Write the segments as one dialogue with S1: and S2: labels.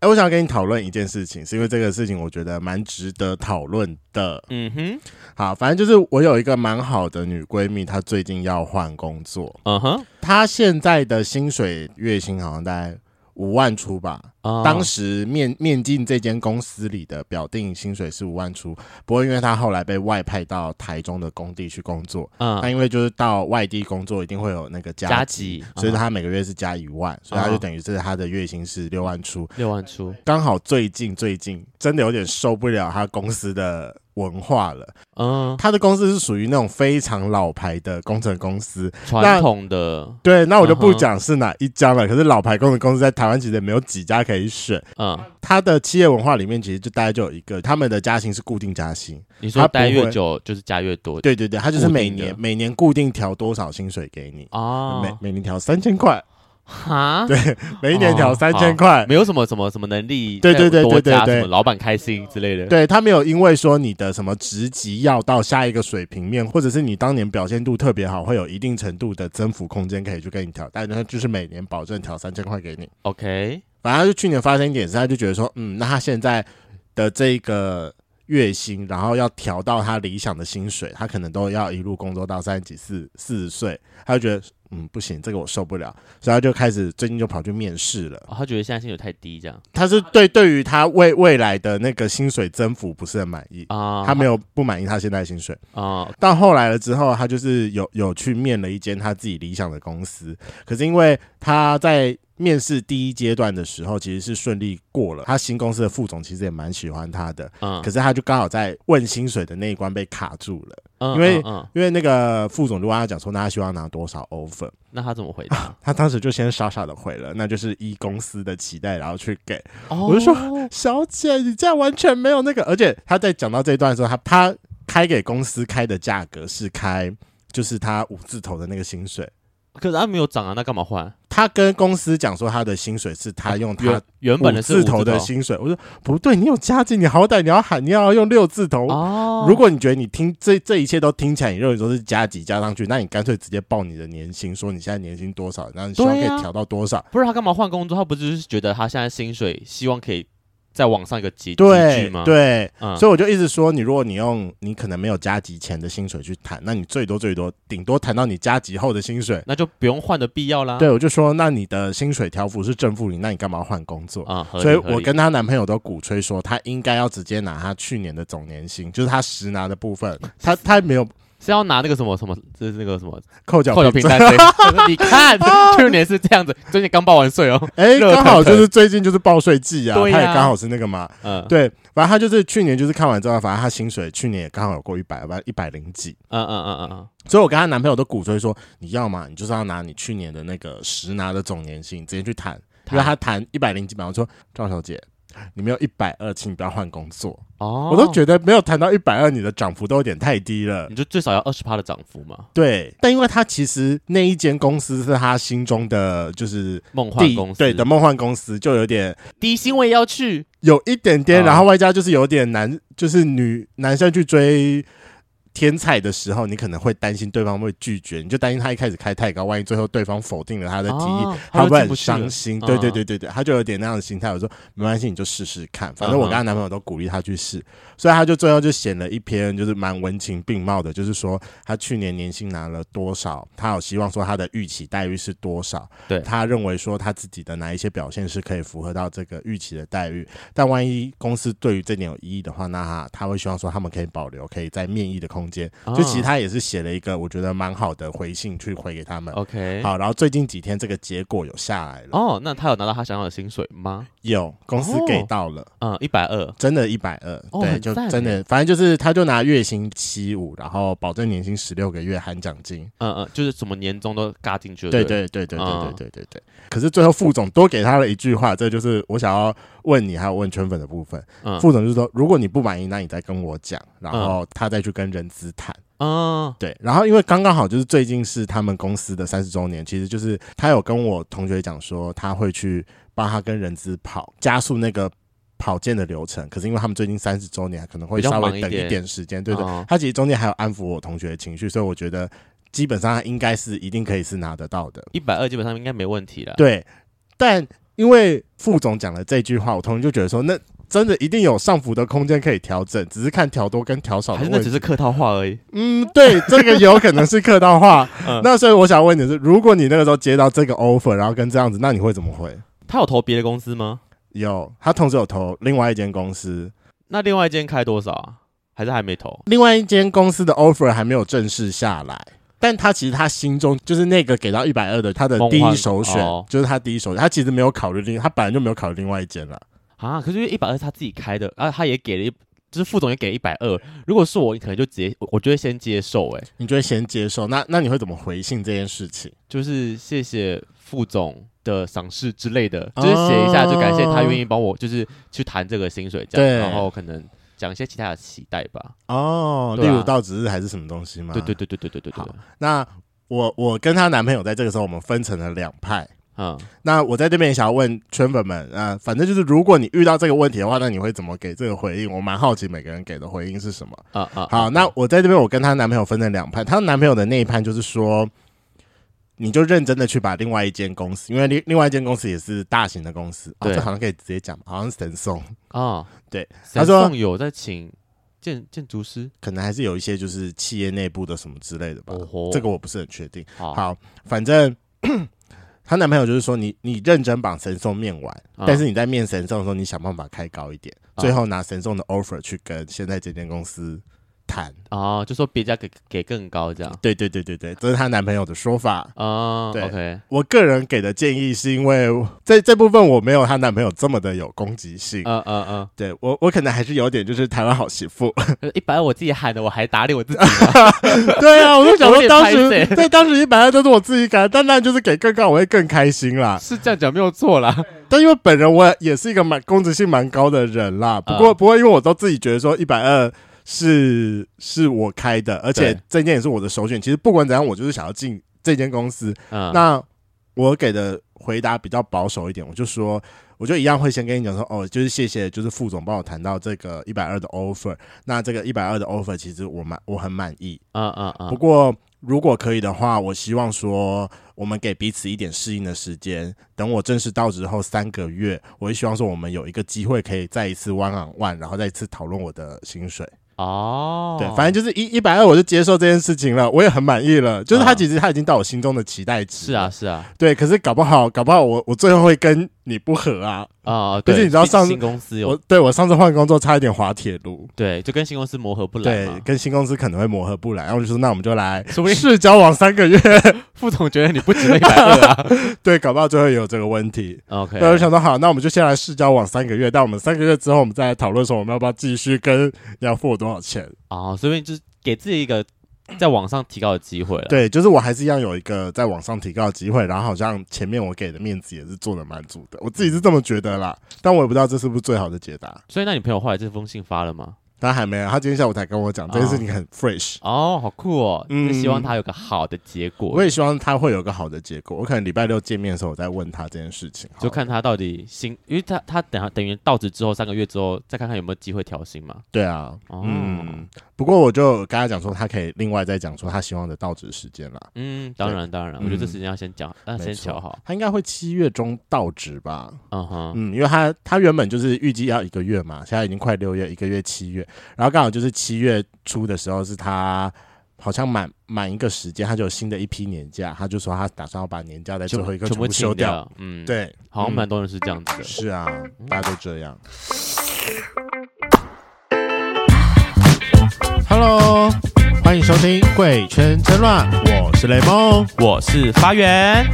S1: 哎，我想要跟你讨论一件事情，是因为这个事情我觉得蛮值得讨论的。
S2: 嗯哼，
S1: 好，反正就是我有一个蛮好的女闺蜜，她最近要换工作，
S2: 嗯哼，
S1: 她现在的薪水月薪好像大概五万出吧。
S2: 啊
S1: 当时面面进这间公司里的表定薪水是五万出，不过因为她后来被外派到台中的工地去工作，那
S2: 嗯
S1: 因为就是到外地工作一定会有那个
S2: 加
S1: 加
S2: 急，
S1: 所以
S2: 嗯
S1: 她每个月是加一万，所以她
S2: 哦
S1: 就等于是她的月薪是六万出。
S2: 六万出
S1: 刚好最近最近真的有点受不了她公司的文化了。
S2: 嗯，
S1: 她的公司是属于那种非常老牌的工程公司，那
S2: 传统的，
S1: 对，那我就不
S2: 嗯哼
S1: 讲是哪一家了。可是老牌工程公司在台湾其实也没有几家可以选。
S2: 嗯，
S1: 它的企业文化里面，其实就大概就有一个，他们的加薪是固定加薪。
S2: 你
S1: 他
S2: 说
S1: 不
S2: 待越
S1: 会
S2: 久就是加越多
S1: 对对对，它就是
S2: 固定
S1: 每
S2: 的
S1: 年每年固定调多少薪水给你，
S2: 啊？
S1: 每每年调三千块，
S2: 哈，
S1: 每一年调
S2: 哦
S1: 三
S2: 好
S1: 千块。
S2: 没有什么什么什么能力，
S1: 对对对
S2: 多
S1: 对
S2: 加
S1: 对
S2: 什么
S1: 对
S2: 老板开心之类的，
S1: 对他没有因为说你的什么职级要到下一个水平面，或者是你当年表现度特别好，会有一定程度的增幅空间可以去跟你调，但是他就是每年保证调三千块给你。
S2: ，OK，
S1: 反正他就去年发生一点事，他就觉得说，嗯，那他现在的这个月薪，然后要调到他理想的薪水，他可能都要一路工作到三十几、四四十岁，他就觉得，嗯，不行，这个我受不了，所以他就开始最近就跑去面试了。
S2: 哦他觉得现在薪水太低这样
S1: 他是对对于他未未来的那个薪水增幅不是很满意，
S2: 啊，
S1: 他没有不满意他现在的薪水。
S2: 啊，
S1: 到后来了之后，他就是有有去面了一间他自己理想的公司，可是因为他在面试第一阶段的时候，其实是顺利过了。他新公司的副总其实也蛮喜欢他的，
S2: 嗯
S1: 可，是他就刚好在问薪水的那一关被卡住了，
S2: 嗯
S1: 因为
S2: 嗯嗯
S1: 因为那个副总就问他讲说，那他希望拿多少 offer？
S2: 那他怎么回答？
S1: 他当时就先傻傻的回了，那就是依公司的期待，然后去给。
S2: 我
S1: 哦就说
S2: 哦
S1: 小姐，你这样完全没有那个，而且他在讲到这一段的时候，他他开给公司开的价格是开就是他五字头的那个薪水。
S2: 可是他没有涨啊，那干嘛换？
S1: 他跟公司讲说他的薪水是他用他
S2: 原原本的
S1: 五
S2: 是
S1: 字
S2: 五
S1: 头的薪水，我说不对，你有加进，你好歹你要喊你要用六字头。
S2: 哦，
S1: 如果你觉得你听这这一切都听起来，你认为说是加几加上去，那你干脆直接报你的年薪，说你现在年薪多少，然后你希望可
S2: 对啊
S1: 以调到多少。
S2: 不是他干嘛换工作？他不就是觉得他现在薪水希望可以再往上一个级级距
S1: 对
S2: 吗？，
S1: 对，
S2: 嗯，
S1: 所以我就一直说，你如果你用你可能没有加急前的薪水去谈，那你最多最多顶多谈到你加急后的薪水。
S2: 那就不用换的必要啦。
S1: 对，我就说，那你的薪水调幅是正负零，那你干嘛要换工作？
S2: 啊，合理
S1: 所以
S2: 合理
S1: 我跟她男朋友都鼓吹说，她应该要直接拿她去年的总年薪，就是她实拿的部 分，她她没有
S2: 是要拿那个什么什么，就是那个什么
S1: 扣缴
S2: 扣缴凭单
S1: 证
S2: 对。 你看，去年是这样子，最近刚报完税 哦。
S1: 哎，
S2: 热腾
S1: 刚好就
S2: 腾
S1: 是最近就是报税季啊，她
S2: 对
S1: 也
S2: 呀
S1: 刚好是那个嘛，
S2: 嗯，
S1: 对，反正她就是去年就是看完之后，反正她薪水去年也刚好有过一百万，一百零几，
S2: 嗯嗯嗯嗯嗯，
S1: 所以我跟她男朋友都鼓吹说，你要嘛，你就是要拿你去年的那个实拿的总年薪直接去谈，因为他谈一百零几百，我说赵小姐。你没有一百二，请你不要换工作。
S2: 哦，
S1: 我都觉得没有谈到一百二，你的涨幅都有点太低了。
S2: 你就最少要二十趴的涨幅嘛，
S1: 对，但因为他其实那一间公司是他心中的就是
S2: 梦幻
S1: 第
S2: 公司
S1: 对的梦幻公司，就有点
S2: 低薪我也要去，
S1: 有一点点，
S2: 啊
S1: 然后外加就是有点男，就是女男生去追天才的时候，你可能会担心对方会拒绝，你就担心他一开始开太高，万一最后对方否定了他的提议，
S2: 哦
S1: 他
S2: 他
S1: 会不会
S2: 就进
S1: 很
S2: 不去了
S1: 伤心？
S2: 嗯
S1: 对对对对对，他就有点那样的心态。我说没关系，你就试试看，反正我
S2: 嗯哼
S1: 跟她男朋友都鼓励她去试，所以她就最后就写了一篇就是蛮文情并茂的，就是说她去年年薪拿了多少，她有希望说她的预期待遇是多少，
S2: 对
S1: 她认为说她自己的哪一些表现是可以符合到这个预期的待遇，但万一公司对于这点有异议的话，那她她会希望说他们可以保留，可以在面议的空间。就其实
S2: 他
S1: 她也是写了一个我觉得蛮好的回信去回给他们。
S2: 哦 OK
S1: 好，然后最近几天这个结果有下来了，
S2: 哦，那他有拿到他想要的薪水吗？
S1: 有公司给到了，
S2: 嗯，一百二，
S1: 真的一百二，
S2: 哦
S1: 对，
S2: 很
S1: 就
S2: 赞
S1: 真的，反正就是他就拿月薪七五，然后保证年薪十六个月含奖金，
S2: 嗯嗯，就是什么年终都嘎进去了，
S1: 对
S2: 对
S1: 对对对对对
S2: 嗯
S1: 对对对。可是最后副总多给他了一句话，这就是我想要问你还有问圈粉的部分。
S2: 不对，嗯
S1: 副总就说，如果你不满意，那你再跟我讲，然后他再去跟人资谈。
S2: 嗯，
S1: 对，然后因为刚刚好就是最近是他们公司的三十周年，其实就是他有跟我同学讲说他会去帮他跟人资跑，加速那个跑件的流程。可是因为他们最近三十周年，可能会
S2: 比较
S1: 稍
S2: 忙
S1: 微
S2: 一
S1: 等一
S2: 点
S1: 点时间，对对。
S2: 哦
S1: 他其实中间还有安抚我同学的情绪，所以我觉得
S2: 嗯
S1: 基本上他应该是一定可以是拿得到的。
S2: 一百二基本上应该没问题了。
S1: 对，但因为副总讲了这句话，我同时就觉得说，那真的一定有上浮的空间可以调整，只是看调多跟调少
S2: 还
S1: 的
S2: 是那
S1: 问
S2: 只
S1: 题。
S2: 是客套话而已？
S1: 嗯，对，这个有可能是客套话。
S2: 嗯
S1: 那所以我想问你是，如果你那个时候接到这个 offer，然后跟这样子，那你会怎么回？
S2: 他有投别的公司吗？
S1: 有，他同时有投另外一间公司，
S2: 那另外一间开多少啊？还是还没投？
S1: 另外一间公司的 offer 还没有正式下来，但他其实他心中就是那个给到一百二的他的第一首选
S2: 梦幻哦，
S1: 就是他第一首选，他其实没有考虑另，他本来就没有考虑另外一间了。
S2: 啊，可是一百二他自己开的，啊，他也给了一，就是副总也给一百二。如果是我，可能就直接，我我就会先接受、欸，
S1: 你就会先接受，那那你会怎么回信这件事情？
S2: 就是谢谢副总的赏识之类的，
S1: 哦
S2: 就是写一下，就感谢他愿意帮我，就是去谈这个薪水这
S1: 对
S2: 样，然后可能讲一些其他的期待吧。
S1: 哦，例
S2: 对啊
S1: 如到值日还是什么东西吗？
S2: 对对对对对对对对
S1: 好，那我我跟她男朋友在这个时候，我们分成了两派。
S2: 嗯，
S1: 那我在这边也想要问圈粉们，呃，反正就是如果你遇到这个问题的话，那你会怎么给这个回应？我蛮好奇每个人给的回应是什么。
S2: 啊啊，
S1: 好，那我在这边我跟她男朋友分成两派，她男朋友的那一派就是说，你就认真的去把另外一间公司，因为另另外一间公司也是大型的公司，哦、
S2: 对
S1: 这好像可以直接讲，好像是神送，
S2: 啊，
S1: 对，
S2: 他
S1: 他说
S2: 说有在请建建筑师，
S1: 可能还是有一些就是企业内部的什么之类的吧，
S2: 哦吼
S1: 这个我不是很确定。
S2: 好，
S1: 好，反正 她男朋友就是说你你认真把神送面完，
S2: 嗯
S1: 但是你在面神送的时候，你想办法开高一点，
S2: 啊
S1: 最后拿神送的 offer 去跟现在这间公司谈。
S2: 啊，就说别家给给更高这样
S1: 对对对对对，这是她男朋友的说法。
S2: 啊
S1: 对
S2: ，OK，
S1: 我个人给的建议是因为这这部分我没有她男朋友这么的有攻击性，
S2: 嗯嗯
S1: 对我我可能还是有点就是台湾好媳 妇。
S2: 嗯，一百二我自己喊的，我还打脸我自己，
S1: 对啊，我就想
S2: 有
S1: 说
S2: 点
S1: 当
S2: 拍
S1: 时
S2: 谁
S1: 对当时一百二都是我自己改，但那就是给更高我会更开心啦。
S2: 是这样讲没有错啦。
S1: 但因为本人我也是一个蛮公职性蛮高的人啦，不过、
S2: 嗯
S1: 不过因为我都自己觉得说一百二是是我开的，而且
S2: 对
S1: 这件也是我的首选。其实不管怎样，我就是想要进这间公司。
S2: 嗯，
S1: 那我给的回答比较保守一点，我就说。我就一样会先跟你讲说，哦，就是谢谢，就是副总帮我谈到这个一百二的 offer，那这个一百二的 offer 其实我满我很满意，
S2: 嗯嗯嗯，
S1: 不过如果可以的话，我希望说我们给彼此一点适应的时间。等我正式到职后三个月，我也希望说我们有一个机会可以再一次 one on one，然后再一次讨论我的薪水。
S2: 哦，
S1: 对，反正就是一一百二我就接受这件事情了，我也很满意了。就是他
S2: 啊
S1: 其实他已经到我心中的期待值。
S2: 是啊，是啊，
S1: 对，可是搞不好搞不好我我最后会跟你不合啊。
S2: 啊，
S1: 毕
S2: 对，
S1: 竟你知道
S2: 毕
S1: 上
S2: 新公司
S1: 我
S2: 有
S1: 对我上次换工作差一点滑铁卢。
S2: 对，就跟新公司磨合不来
S1: 对
S2: 嘛，。
S1: 跟新公司可能会磨合不来，然后我就说那我们就来
S2: 说不定
S1: 试交往三个月，
S2: 副总觉得你不值那一百二啊。
S1: 对，搞不好最后也有这个问题。
S2: OK，
S1: 那我就想说，好，那我们就先来试交往三个月，但我们三个月之后，我们再来讨论说我们要不要继续跟你要付我多少钱。
S2: 哦，所以就是给自己一个在网上提高的机会了。，
S1: 对，就是我还是一样有一个在往上提高的机会，然后好像前面我给的面子也是做的蛮足的，我自己是这么觉得啦，
S2: 嗯
S1: 但我也不知道这是不是最好的解答。
S2: 所以那你朋友后来这封信发了吗？
S1: 他还没有，啊他今天下午才跟我讲这件
S2: 啊
S1: 事情很 fresh，、
S2: 哦，好酷哦！
S1: 嗯
S2: 就希望他有个好的结果，
S1: 我也希望他会有个好的结果。我可能礼拜六见面的时候，我再问他这件事情。好
S2: 就看他到底薪，因为他他等下等于到职之后三个月之后，再看看有没有机会调薪嘛。
S1: 对啊，
S2: 哦
S1: 嗯，不过我就跟他讲说，他可以另外再讲说他希望的到职时间啦。
S2: 嗯，当然当然，我觉得
S1: 嗯
S2: 这时间要先讲，那
S1: 没
S2: 先
S1: 错
S2: 调好。
S1: 他应该会七月中到职吧？
S2: 嗯哼，
S1: 嗯，因为他他原本就是预计要一个月嘛，现在已经快六月，一个月七月，然后刚好就是七月初的时候是他好像满满一个时间，他就有新的一批年假，他就说他打算要把年假在最后一个全部
S2: 清
S1: 休掉。。
S2: 嗯，，
S1: 对，
S2: 好像蛮多人是这样子的。
S1: 是啊，大家都这样。Hello，欢迎收听《贵圈争乱》，我是雷梦。
S2: 我是发源。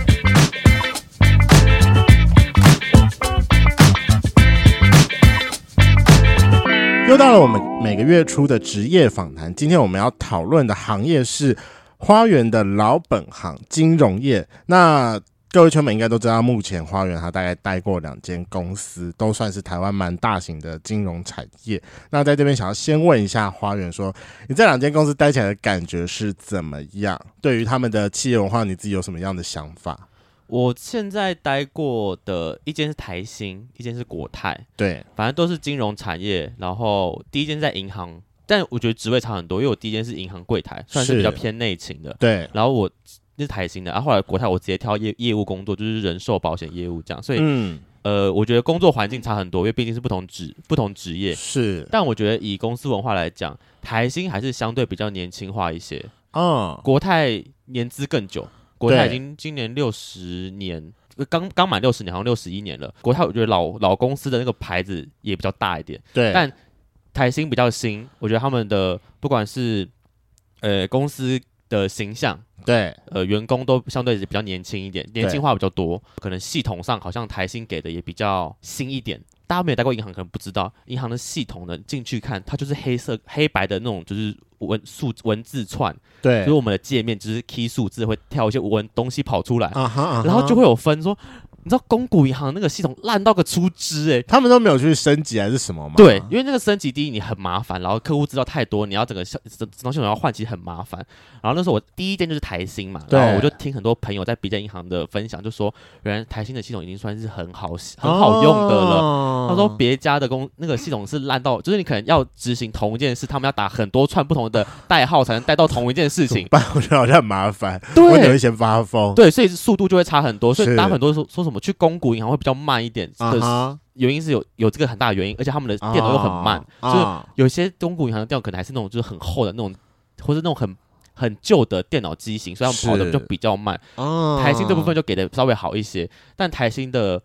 S1: 又到了我们每个月初的职业访谈，今天我们要讨论的行业是花园的老本行——金融业。那各位圈粉应该都知道，目前花园它大概待过两间公司，都算是台湾蛮大型的金融产业。那在这边想要先问一下花园说，你这两间公司待起来的感觉是怎么样？对于他们的企业文化，你自己有什么样的想法？
S2: 我现在待过的一间是台新，一间是国泰，
S1: 对，
S2: 反正都是金融产业。然后第一间在银行，但我觉得职位差很多，因为我第一间是银行柜台，算是
S1: 是
S2: 比较偏内勤的。
S1: 对，
S2: 然后我啊那是台新的，然、后后来国泰我直接挑业业务工作，就是人寿保险业务这样，所以
S1: 嗯，
S2: 呃，我觉得工作环境差很多，因为毕竟是不同职不同职业。
S1: 是，
S2: 但我觉得以公司文化来讲，台新还是相对比较年轻化一些，
S1: 嗯，
S2: 国泰年资更久，国泰已
S1: 对
S2: 经今年六十年。呃刚刚满六十年，好像六十一年了。国泰我觉得老老公司的那个牌子也比较大一点，
S1: 对，
S2: 但台新比较新，我觉得他们的不管是呃公司的形象，
S1: 对，
S2: 呃，员工都相对是比较年轻一点，年轻化比较多，可能系统上好像台新给的也比较新一点。大家没有待过银行，可能不知道银行的系统呢，进去看它就是黑色黑白的那种，就是文数文字串，所以
S1: 对，
S2: 我们的界面就是 key 数字会跳一些文东西跑出来，
S1: 啊哈，啊哈
S2: 然后就会有分说，你知道公股银行那个系统烂到个出汁诶、欸
S1: 他们都没有去升级还是什么吗？
S2: 对，因为那个升级第一你很麻烦，然后客户知道太多，你要整个系整整套系统要换，其实很麻烦。然后那时候我第一件就是台新嘛，然后
S1: 对
S2: 我就听很多朋友在 B 站银行的分享，就说原来台新的系统已经算是很好很好用的了。
S1: 哦
S2: 他说别家的工那个系统是烂到，就是你可能要执行同一件事，他们要打很多串不同的代号才能带到同一件事
S1: 怎么
S2: 情。
S1: 办？我觉得好像很麻烦，我等
S2: 对
S1: 一。先发疯。
S2: 对，所以速度就会差很多，所以
S1: 是
S2: 大家很多说说什么去公股银行会比较慢一点
S1: 啊
S2: 的
S1: 哈，
S2: 原因是有有这个很大的原因，而且他们的电脑又很慢，
S1: 啊
S2: 所以
S1: 啊
S2: 有些中古银行的电脑可能还是那种就是很厚的那种，或是那种很很旧的电脑机型，所以他们跑的
S1: 是
S2: 就比较慢。
S1: 啊
S2: 台新这部分就给的稍微好一些，但台新的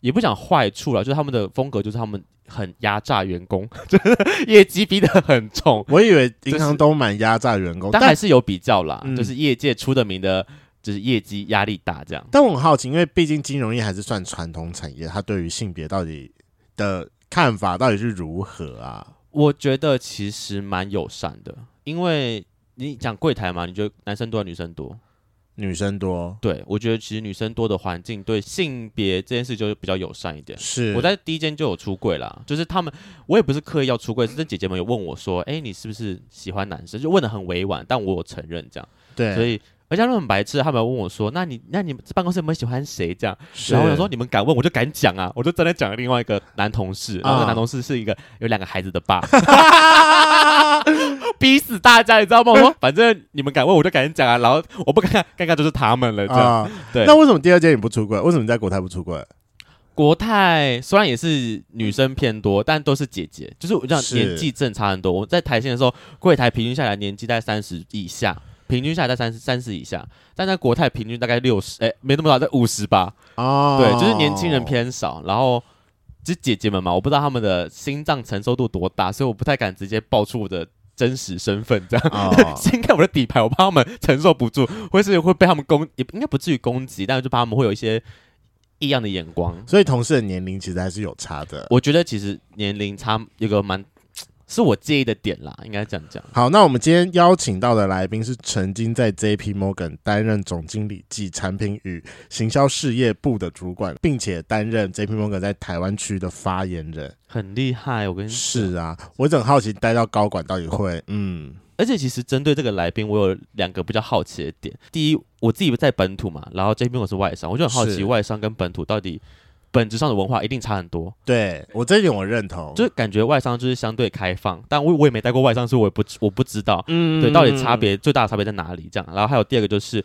S2: 也不讲坏处了，就是他们的风格就是他们很压榨员工， 就是业绩逼得很重，
S1: 我以为银
S2: 是
S1: 行都蛮压榨员工，
S2: 哦但还是有比较啦，
S1: 嗯
S2: 就是业界出的名的，就是业绩压力大这样。
S1: 但我很好奇，因为毕竟金融业还是算传统产业，它对于性别到底的看法到底是如何啊？
S2: 我觉得其实蛮友善的，因为你讲柜台嘛，你觉得男生多还是女生多？
S1: 女生多
S2: 对，我觉得其实女生多的环境对性别这件事就比较友善一点。
S1: 是
S2: 我在第一间就有出柜啦，就是他们，我也不是刻意要出柜，是这姐姐们有问我说，哎、你是不是喜欢男生？就问的很委婉，但我有承认这样，
S1: 对，
S2: 所以而且他们很白痴，他们还问我说，那你那你们这办公室有没有喜欢谁这样？
S1: 是
S2: 然后我想说，你们敢问我就敢讲啊，我就真的讲了另外一个男同事，然后
S1: 啊
S2: 那个男同事是一个有两个孩子的爸， 逼死大家，你知道吗？我说反正你们敢问我就敢讲啊，然后我不敢尴尬就是他们了这样。
S1: 啊，
S2: 对
S1: 那为什么第二间你不出柜？为什么你在国泰不出柜？
S2: 国泰虽然也是女生偏多，但都是姐姐，就是我讲
S1: 是
S2: 年纪正差很多。我在台线的时候，柜台平均下来年纪在三十以下，平均下来在三十三十以下，但在国泰平均大概六十，哎，没那么少，在五十吧。
S1: 哦，
S2: 对，就是年轻人偏少，然后。就是姐姐们嘛，我不知道她们的心脏承受度多大，所以我不太敢直接爆出我的真实身份，这样。
S1: 哦
S2: 先看我的底牌，我怕他们承受不住，或是会被他们攻，也应该不至于攻击，但是就怕他们会有一些异样的眼光。
S1: 所以同事的年龄其实还是有差的。
S2: 我觉得其实年龄差有个蛮是我介意的点啦，应该这样讲。
S1: 好，那我们今天邀请到的来宾是曾经在 JP Morgan 担任总经理暨产品与行销事业部的主管，并且担任 JP Morgan 在台湾区的发言人。
S2: 很厉害，我跟你讲
S1: 是，啊，我很好奇待到高管到底会嗯
S2: 而且其实针对这个来宾，我有两个比较好奇的点。第一，我自己在本土嘛，然后这边我是外商，我就很好
S1: 是
S2: 奇外商跟本土到底本质上的文化一定差很多。
S1: 对我这一点我认同，
S2: 就是感觉外商就是相对开放，但我我也没待过外商，所以我也不我不知道。
S1: 嗯
S2: 对，到底差别最大的差别在哪里？这样，然后还有第二个就是，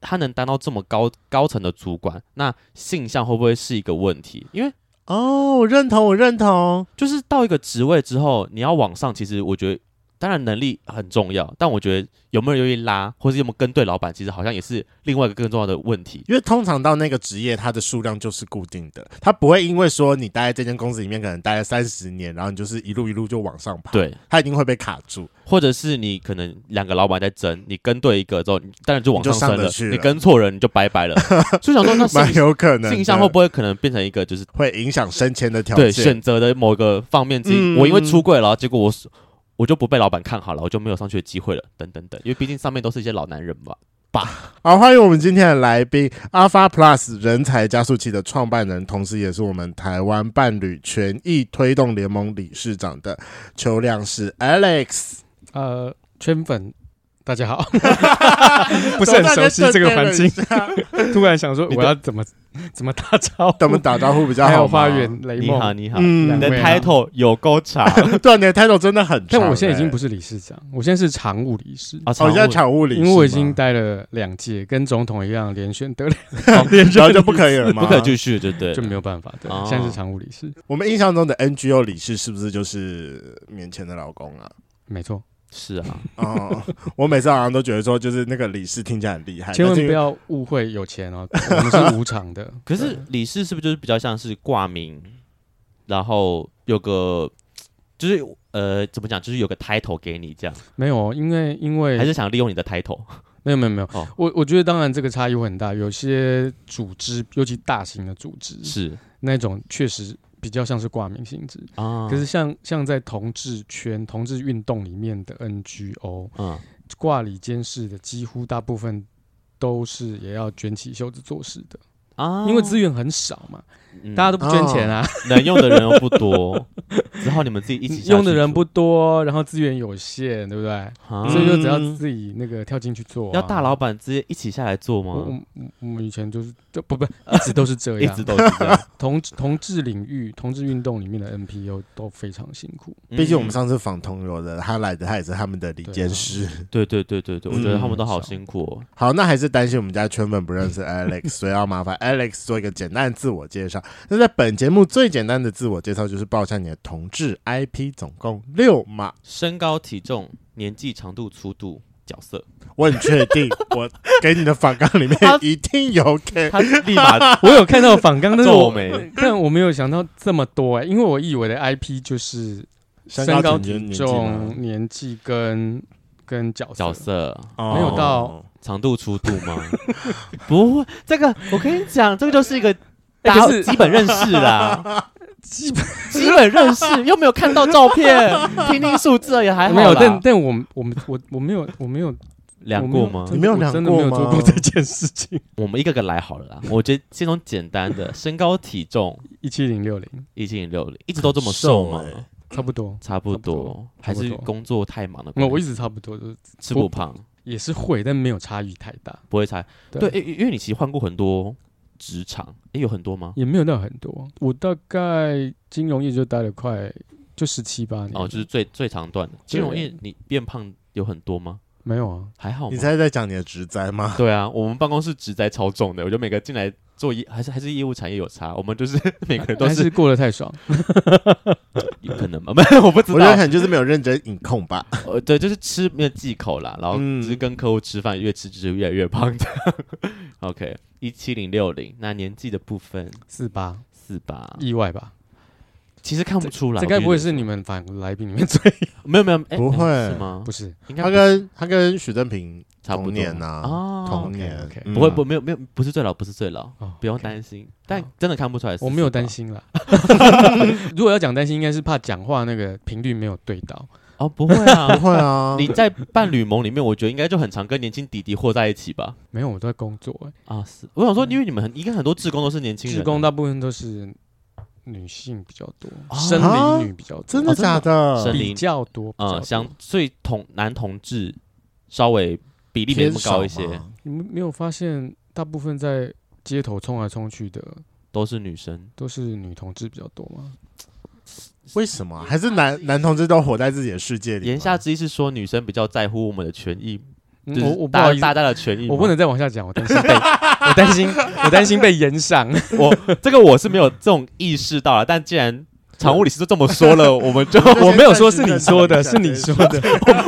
S2: 他能当到这么高高层的主管，那性向会不会是一个问题？因为
S1: 哦，我认同，我认同，
S2: 就是到一个职位之后，你要往上，其实我觉得当然能力很重要，但我觉得有没有人愿意拉，或是有没有跟对老板，其实好像也是另外一个更重要的问题。
S1: 因为通常到那个职业，它的数量就是固定的，它不会因为说你待在这间公司里面可能待了三十年，然后你就是一路一路就往上爬，，
S2: 对，
S1: 它一定会被卡住。
S2: 或者是你可能两个老板在争，你跟对一个之后，你当然就往
S1: 你就上
S2: 升
S1: 得
S2: 了；
S1: 去
S2: 你
S1: 了
S2: 跟错人，你就 拜拜了。所以想说，那
S1: 蛮
S2: 性
S1: 有可能的嗯
S2: 性向会不会可能变成一个就是
S1: 会影响升迁的条
S2: 对
S1: 件。
S2: 选择的某个方面之一。
S1: 嗯
S2: 我因为出柜了，然后结果我是我就不被老板看好了，我就没有上去的机会了，等等等。因为毕竟上面都是一些老男人吧。
S1: 好，欢迎我们今天的来宾，Alpha Plus 人才加速器的创办人，同时也是我们台湾伴侣权益推动联盟理事长的邱亮是 Alex。
S3: 呃，圈粉大家 好，不是很熟悉这个环境， 突然想说我要怎么 怎么打招呼，
S1: 怎么打招呼比较好？
S3: 还有花园雷
S2: 你好，
S3: 梦，
S2: 你好，
S1: 嗯
S2: 你的
S3: 两位啊
S2: title 有够长
S1: 对啊，你的 title 真的很长欸、
S3: 但我现在已经不是理事长，我现在是常务理事，
S2: 啊！
S1: 哦，
S2: 常
S1: 你现在
S2: 务
S1: 产物理，
S3: 因为我已经待了两届，跟总统一样连选得 两，
S1: 连然后就不可以了 吗？
S2: 不可以继续，对对了，
S3: 就没有办法，对
S2: 哦，
S3: 现在是常务理事，
S1: 我们印象中的 NGO 理事是不是就是免钱的老公啊？
S3: 没错，
S2: 是
S3: 嗯
S2: 啊，
S1: 哦，我每次好像都觉得说，就是那个理事听起来很厉害，
S3: 千
S1: 但是
S3: 万
S1: 因
S3: 不
S1: 为
S3: 要误会有钱哦，我们是无偿的，
S2: 可是李氏是不是就是比较像是挂名，然后有个就是呃怎么讲，就是有个 title 给你这样，
S3: 没有，哦因为因为
S2: 还是想利用你的 title
S3: 没有没有没有，
S2: 哦
S3: 我我觉得当然这个差异会很大，有些组织，尤其大型的组织，
S2: 是
S3: 那种确实比较像是挂名性质。
S2: 啊？
S3: 可是像像在同志圈、同志运动里面的 NGO
S2: 嗯，
S3: 挂里监视的，几乎大部分都是也要卷起袖子做事的，
S2: 啊，
S3: 因为资源很少嘛，
S2: 嗯
S3: 大家都不捐钱 啊，
S2: 能用的人又不 多，只好你们自己一起下去
S3: 用的人不多，然后资源有限，对不对？
S2: 做，啊
S3: 所以就只要
S1: 嗯
S3: 自己那个跳进去做啊、
S2: 要大老板直接一起下来做
S3: 我。
S2: 吗？
S3: 我我我们以前就是就不不 一直都是 这
S2: 一
S3: 样
S2: 直，都是这 样，
S3: 同同志领域、同志运动里面的 NPO 都非常辛苦。
S1: 毕竟我们
S2: 嗯
S1: 上次访同游的，他来的他也是他们的理监师。
S3: 啊
S2: 嗯对对对对对，我觉得他们都好
S3: 嗯
S2: 辛苦哦。
S1: 好，那还是担心我们家圈粉不认 识 Alex，所以要麻烦 Alex 做一个简单的自我介绍。那在本节目最简单的自我介绍就是报一下你的同志 IP，总共六码。
S2: 身高、体重、年纪、长度、粗度、角色，
S1: 我很确定，我给你的访纲里面一定有给。
S2: 他立马
S3: 我有看到仿纲，但是
S2: 皱
S3: 我
S2: 眉。
S3: 但我没有想到这么多哎、因为我以为的 IP 就是身高、体重、年纪跟跟角色。
S2: 角色
S1: 没
S3: 没有到
S1: 哦
S2: 长度粗度吗？ 不会，这个我跟你讲，这个就是一个
S3: 哎
S2: 大
S3: 可
S2: 家
S3: 是
S2: 基本认识啦， 基本基本认识，又没有看到照片，听听数字也还好啦。
S3: 没有，但但我们我们我我没有我没有
S2: 量过吗
S3: 我？
S1: 你没有
S3: 我
S1: 量
S3: 真的没有
S1: 过
S3: 做
S1: 吗
S3: 过这件事情。
S2: 我们一个个来好了啦。我觉得先从简单的身高体重
S3: 一七零六零
S2: 一七零六零，一直都这么瘦吗
S1: 瘦？欸
S3: 差不多，
S2: 差不
S3: 差不
S2: 多，还
S3: 差不
S2: 是
S3: 多
S2: 工作太忙了
S3: 那
S2: 关系，
S3: 我一直差不多，就是
S2: 吃不胖，
S3: 也是会，但没有差异太大，
S2: 不会差。对，
S3: 对
S2: 因因因为你其实换过很多职场，诶，有很多吗？
S3: 也没有到很多。我大概金融业就待了快就十七八年
S2: 哦，就是最最长段的金融业，你变胖有很多吗？
S3: 没有啊，
S2: 还好
S1: 你
S2: 吗？
S1: 猜在讲你的职灾吗？
S2: 对啊，我们办公室职灾超重的，我觉得每个进来做业还是还是业务产业有差，我们就是 每个人都
S3: 还
S2: 是
S3: 是过得太爽。
S2: 有可能吗？ 没有，我不知
S1: 我觉得可
S2: 道。
S1: 能就是没有认真引控吧。
S2: 呃，对，就是吃没有忌口啦，然后
S1: 嗯
S2: 只是跟客户吃饭，越吃就是越来越胖的。OK，一 七零六零，那年纪的部分
S3: 四八
S2: 四啊八，
S3: 意外吧？
S2: 其实看不出来，
S3: 这
S2: 我
S3: 该不会
S2: 觉得
S3: 是你们反来宾里面最
S2: 没有没有，诶
S1: 不会
S2: 是吗
S3: 不？是？
S2: 应该
S1: 他
S2: 不是
S1: 跟他跟许正平
S2: 差不
S1: 同年啊
S2: 多
S1: 呐
S3: 啊
S2: 哦
S1: 同年
S3: OK，OK
S1: 嗯
S2: 不会不没有没有不是最老不是最老，
S3: 哦
S2: 不用担心，但
S3: 好
S2: 真的看不出来。
S3: 我没有担心啦。 如果要讲担心，应该是怕讲话那个频率没有对到。
S2: 哦，不会
S1: 不
S2: 啊，
S1: 会啊，
S2: 你在伴侣盟里面，我觉得应该就很常跟年轻弟弟和在一起吧。
S3: 没有，我都在工作、欸。
S2: 啊，是，我想说，因为你们很应该很多志工都是年轻人，啊
S3: 职工大部分都是女性比较多，
S2: 啊
S3: 生理女比较多，哦
S1: 真的假的
S2: 生？理
S3: 比较多。比
S2: 嗯，
S3: 较多
S2: 相所以同男同志稍微比例没那
S1: 偏
S2: 么
S1: 少
S2: 高一
S1: 吗
S2: 些，
S3: 你们没有发现，大部分在街头冲来冲去的
S2: 都是女生，
S3: 都是女同志比较多吗？
S1: 为什么啊？还是男男同志都活在自己的世界里吗？
S2: 言下之意是说女生比较在乎我们的权益，
S3: 嗯
S2: 就是
S3: 我我不
S2: 大
S3: 好
S2: 家
S3: 意思
S2: 大，家的权益吗，
S3: 我不能再往下讲，我担心被， 我担心，我担心被 延上。
S2: 我这个我是没有这种意识到了，但既然常务理事都这么说 了，我们就
S3: 我没有说是你说的，是你说 的，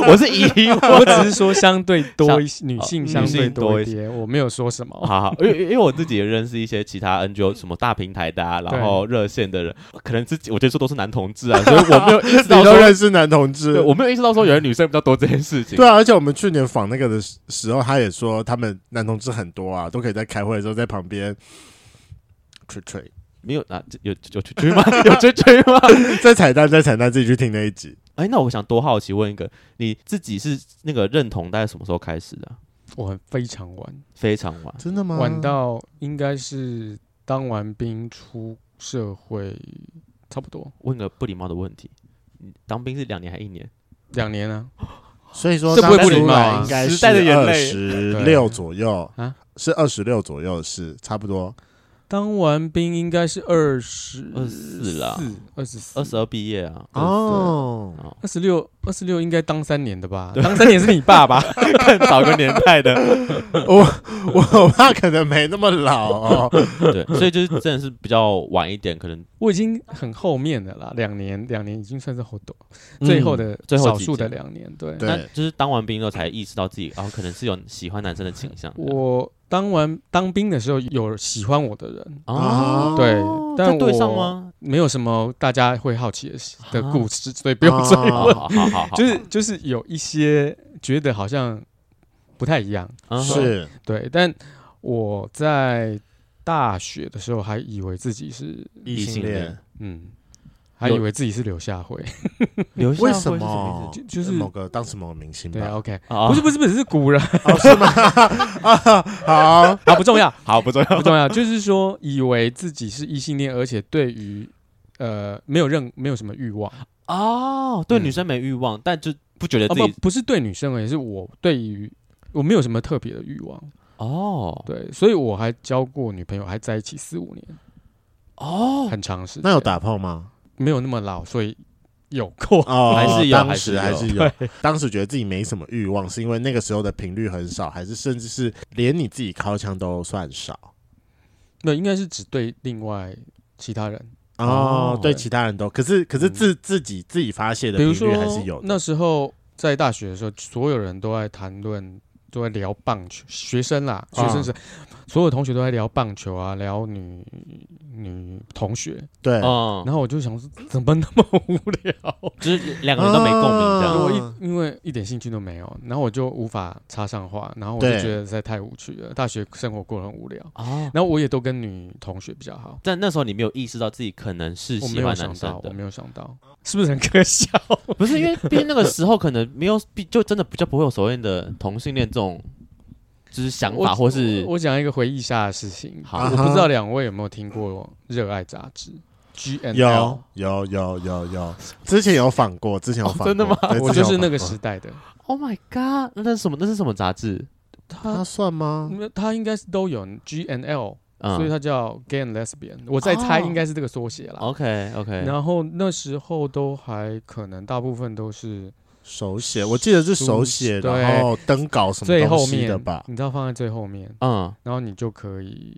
S2: 我是以
S3: 我只是说相对多一些，女性
S2: 哦
S3: 相
S2: 女
S3: 对
S2: 性多
S3: 多
S2: 一
S3: 一些，我没有说什么。
S2: 哦好好，因为因为我自己也认识一些其他 NGO 什么大平台的、啊，然后热线的人，可能自己我觉得说都是男同志啊，所以我没有意识
S1: 你都
S2: 到说，
S1: 认识男同志
S2: 对，我没有意识到说原来女生比较多这件事情。
S1: 对啊，而且我们去年访那个的时时候，他也说他们男同志很多啊，都可以在开会的时候在旁边吹吹。
S2: 没有啊，这有有追追吗？ 有追追吗？
S1: 在彩蛋，在彩蛋自己去听那一集。
S2: 哎，那我想多好奇问一个，你自己是那个认同大概什么时候开始的啊？
S3: 我非常晚，
S2: 非常晚，
S1: 真的吗？
S3: 晚到应该是当完兵出社会差不多
S2: 问个不礼貌的问题，你当兵是两年还一年？
S3: 两年啊，
S1: 所以说
S3: 这不会
S1: 当
S3: 不礼
S1: 初
S3: 貌
S1: 来
S3: 啊
S1: 应该
S4: 时
S1: 是
S4: 代的眼
S1: 二
S4: 泪
S1: 十六左右
S3: 啊，
S1: 是二十六左右的事，差不多。
S3: 当完兵应该是二十
S2: 24啦
S3: 四二十四
S2: 二十二毕业啊，
S1: 哦，
S2: 哦，
S3: 二十六二十六应该当三年的吧？当三年是 你爸 爸，
S2: 更早个年代的，
S1: 我爸可能没那么老哦。
S2: 对，所以就是真的是比较晚一点，可能
S3: 我已经很后面的啦，两年两年已经算是后头，最后的
S2: 嗯最后
S3: 少
S2: 几
S3: 数的
S2: 届
S3: 两年，对。
S1: 对
S2: 那就是当完兵之后才意识到自己哦，可能是有喜欢男生的倾向这样。
S3: 我当完当兵的时候有喜欢我的人，
S1: 啊
S2: 哦，
S3: 对但
S2: 在对上
S3: 我
S2: 吗？
S3: 没有什么大家会好奇的事的
S2: 啊
S3: 故事，所以不用追
S1: 啊
S2: 好
S3: 问。
S2: 好好好好，
S3: 就是就是有一些觉得好像不太一样，
S2: 嗯哼
S1: 是
S3: 对。但我在大学的时候还以为自己是
S1: 异性恋，
S3: 嗯，还
S2: 有
S3: 以为自己是刘夏慧，
S2: 留下
S1: 为
S2: 会
S1: 什
S2: 是么
S1: 么
S2: 意思？
S3: 就就是
S1: 某个当时某个明星
S3: 对
S1: 吧
S3: 啊。OK，
S2: 啊
S3: 不是不是不是是古人
S1: 哦，是吗？啊，好，
S3: 啊，不重 要
S2: 好不重要
S3: 不重要，就是说以为自己是异性恋，而且对于呃没有任没有什么欲望，
S2: 哦，对
S3: 嗯
S2: 女生没欲望，但就不觉得
S3: 啊
S2: 自
S3: 不
S2: 己
S3: 不是对女生而已，是我对于我没有什么特别的欲望，
S2: 哦
S3: 对，所以我还交过女朋友，还在一起四五年，
S2: 哦，
S3: 很长时间。
S1: 那有打炮吗？
S3: 没有那么老，所以有过。
S1: 哦，
S2: 还是有
S1: 当时还
S2: 还是
S1: 是有。当时觉得自己没什么欲望，是因为那个时候的频率很少，还是甚至是连你自己靠枪都算少？
S3: 那应该是只对另外其他人，
S1: 哦，
S2: 哦
S1: 对其他人都，可是可是自、自己自己发泄的
S3: 嗯比如
S1: 频
S3: 说
S1: 率还是有的。
S3: 那时候在大学的时候，所有人都在谈论，都在聊棒球，学生啦，学
S1: 啊
S3: 生是、所有同学都在聊棒球啊，聊女女同学，
S1: 对，
S2: 嗯，
S3: 然后我就想说，怎么那么无 聊？
S2: 就是两个人都没共鸣
S1: 啊
S2: 这样。
S3: 我一因为一点兴趣都没有，然后我就无法插上话，然后我就
S1: 对
S3: 觉得实在太无趣了，大学生活过得很无聊。
S2: 哦，
S3: 然后我也都跟女同学比较好，
S2: 但那时候你没有意识到自己可能是
S3: 我
S2: 喜
S3: 没有
S2: 欢
S3: 想
S2: 男
S3: 到
S2: 生，
S3: 我
S2: 的，
S3: 没有想到，是不是很可笑？
S2: 不是因为毕竟那个时候可能没有，毕就真的比较不会有所谓的同性恋这种就是想法，
S3: 我
S2: 或是
S3: 我讲一个回忆下的事情，
S2: 好
S3: 我不知道两位有没有听过《热爱》杂志？G N
S1: 有有有有有，之前有访过，之前有
S3: 哦
S1: 访过、
S2: 真的吗
S1: 对
S3: 我
S1: 之前
S3: 就
S1: 有
S3: 是那
S1: 访
S3: 个
S1: 过
S3: 时代的，
S2: Oh my God，那是什么？那是什么杂志？
S1: 他
S3: 他嗯
S1: 算吗？
S3: 他应该是都有 G N L，
S2: 嗯，
S3: 所以他叫 Gay and Lesbian，我在猜
S2: 哦
S3: 应该是这个缩写啦。
S2: OK OK，
S3: 然后那时候都还可能大部分都是
S1: 手写，我记得是手写，
S3: 对
S1: 然后登稿什
S3: 最
S1: 么
S3: 后
S1: 东西
S3: 面
S1: 的吧，
S3: 你知道放在最后面，
S2: 嗯，
S3: 然后你就可以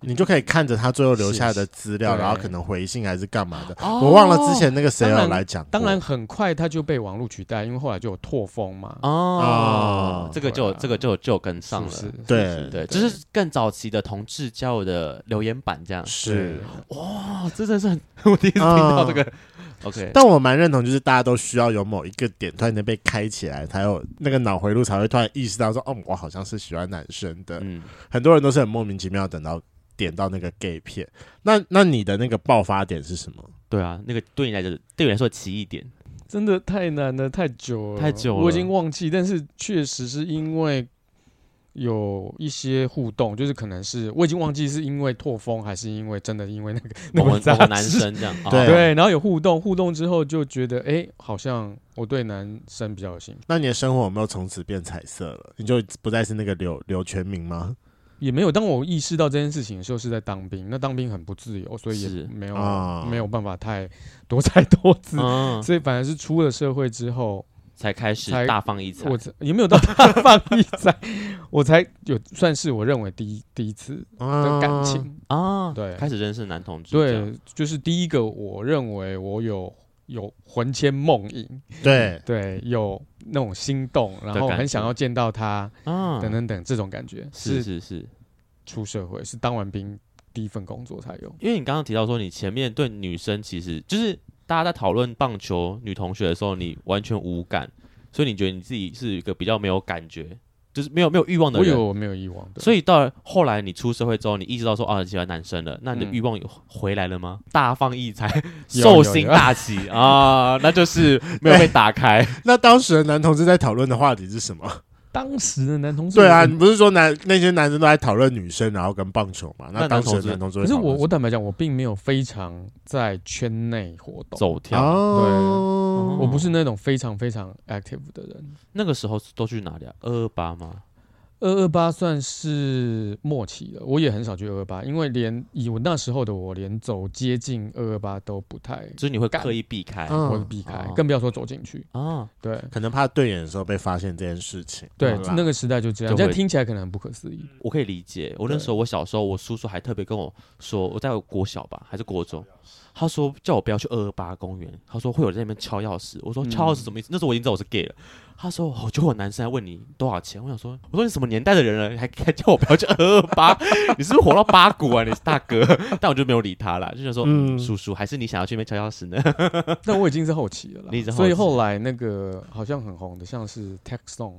S1: 你就可以看着他最后留下来的资料，
S3: 是是
S1: 然后可能回信还是干嘛的。
S2: 哦
S1: 我忘了之前那个谁
S3: 当
S1: 有
S3: 然
S1: 来讲过，
S3: 当然很快它就被网络取代，因为后来就有拓风嘛，
S2: 哦
S1: 啊，
S2: 这个就
S3: 对啊
S2: 这个就就跟
S3: 是
S2: 上
S3: 不
S2: 了，
S3: 是？
S1: 对
S2: 对，就是更早期的同志交友的留言板这样。
S1: 是。
S2: 哦，这真的是很， 我第一次听到
S3: 嗯
S2: 这个。OK，
S1: 但我蛮认同，就是大家都需要有某一个点突然间被开起来，才有那个脑回路才会突然意识到说，哦，我好像是喜欢男生的。
S2: 嗯，
S1: 很多人都是很莫名其妙等到点到那个 gay 片。那那你的那个爆发点是什么？
S2: 对啊，那个对你来讲，对你来说奇异点，
S3: 真的太难了，太久了，
S2: 太久了
S3: 我已经忘记。但是确实是因为有一些互动，就是可能是我已经忘记是因为拓风，还是因为真的因为那个 那
S2: 某个
S3: 本杂
S2: 某
S3: 志
S2: 个男。生这样。哦
S1: 对 啊
S3: 对，然后有互动，互动之后就觉得，哎、好像我对男生比较有兴趣，
S1: 那你的生活有没有从此变彩色了？你就不再是那个刘刘全明吗？
S3: 也没有。当我意识到这件事情的时候，是在当兵，那当兵很不自由，所以也
S2: 是
S3: 没有、
S1: 啊
S3: 没有办法太多才多姿，
S2: 嗯，
S3: 所以反而是出了社会之后，
S2: 才开始
S3: 才
S2: 大放异彩
S3: 我。才也没有到大放异彩，我才有算是我认为第一第一次的
S1: 啊，
S3: 感情。
S2: 啊，
S3: 对
S2: 开始认识男同志。，
S3: 对，就是第一个，我认为我有有魂牵梦萦，
S1: 对，
S3: 对，有那种心动，然后
S2: 感觉
S3: 很想要见到他，
S2: 啊，
S3: 等等等这种感觉，
S2: 是
S3: 是
S2: 是是，
S3: 出社会，是当完兵第一份工作才有。
S2: 因为你刚刚提到说，你前面对女生其实就是大家在讨论棒球女同学的时候，你完全无感，所以你觉得你自己是一个比较没有感觉，就是没有没有欲望的
S3: 我以为
S2: 人。
S3: 我没有遗忘的，
S2: 所
S3: 以
S2: 以到后来你出社会之后，你意识到说啊，你喜欢男生了，那你的
S3: 嗯
S2: 欲望有回来了吗？大放异彩，
S3: 有
S2: 兽
S3: 有
S2: 性
S3: 有
S2: 大起啊，那就是没有被打开。
S1: 那当时的男同志在讨论的话题是什么？
S3: 当时的男同志，
S1: 对啊，你不是说男那些男生都在讨论女生，然后跟棒球嘛？那当
S2: 那男
S1: 时
S2: 同志
S1: 的男同志
S3: 可
S1: 会
S3: 是
S1: 讨论
S3: 我
S1: 什么，
S3: 我坦白讲，我并没有非常在圈内活动，
S2: 走嗯跳。
S1: 哦，
S2: 对
S3: 我不是那种非常非常 active 的人。
S2: 那个时候都去哪里啊？二二八吗？
S3: 二二八算是末期了，我也很少去二二八，因为连以我那时候的我，连走接近二二八都不太
S2: 就是你会
S3: 干
S2: 刻意避开
S1: 嗯
S3: 会避开
S2: 哦，
S3: 更不要说走进去。
S2: 啊？
S3: 对
S1: 可能怕对眼的时候被发现这件事情。
S3: 对
S1: 好啦，
S3: 那个时代就这样，
S2: 就
S3: 这样
S2: 会
S3: 听起来可能很不可思 议。
S2: 我可以理解。我那
S3: 对
S2: 时候我小时候，我叔叔还特别跟我说，我在国小吧还是国中，他说叫我不要去二二八公园，他说会有人在那边敲钥匙。我说
S3: 嗯
S2: 敲钥匙什么意思？那时候我已经知道我是 gay 了。他说哦，就会有男生来问你多少钱。我想说，我说你什么年代的人了，你还还叫我不要去二二八？ 你是不是活到八股啊？你是大哥？ 但我就没有理他啦，就想说，
S1: 嗯
S2: 嗯，叔叔还是你想要去那边敲钥匙呢？
S3: 但我已经是后期了
S2: 你已
S3: 啦，
S2: 经
S3: 所以
S2: 后期
S3: 后来那个好像很红的，像是 Tech Song，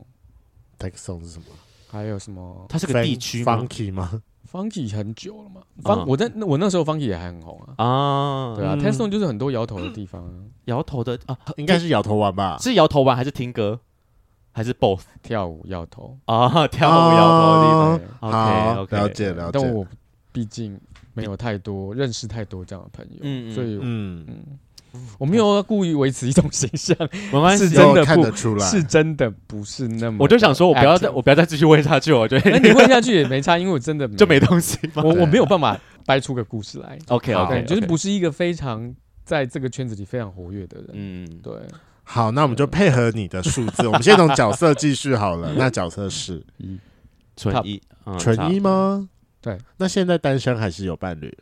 S1: t e x o n 是什么？
S3: 还有什么
S2: 他是个地区吗？
S1: funky 吗？
S3: Funky 很久了嘛。方
S2: 嗯
S3: 我在那我那时候 Funky 也还很红啊。
S2: 啊，
S3: 对啊
S1: 嗯
S3: ，Tech Song 就是很多摇头的地方啊，
S2: 摇头的啊，
S1: 应该是摇头丸吧？
S2: 是摇头丸还是听歌，还是 both
S3: 跳舞摇头。
S2: 啊？跳舞摇头的地方。
S1: 哦
S3: 对
S2: OK
S1: 好，
S2: OK，
S1: 了解了
S3: 但
S1: 解。
S3: 我毕竟没有太多认识太多这样的朋友，
S2: 嗯嗯
S3: 所以
S1: 嗯，
S3: 我没有要故意维持一种形 象，
S2: 没关
S3: 是
S2: 系。
S3: 真的
S1: 有看
S3: 不
S1: 得出来，
S3: 是真的不是那么。
S2: 我就想说，我不要再，我。不要再继续问下去，我觉
S3: 那
S2: 得
S3: 你问下去也没差，因为我真的
S2: 就没东西 吗
S3: 我
S1: 对
S3: 我没有办法掰出个故事来。
S2: ？OK
S1: 好
S2: OK，
S3: 对，就是不，是一个非常在这个圈子里非常活跃的人。
S2: 嗯，
S3: 对，
S1: 好，那我们就配合你的数字，我们先从角色继续好了。那角色是
S2: 纯一，嗯
S1: 纯一？吗？
S3: 对。
S1: 那现在单身还是有伴侣？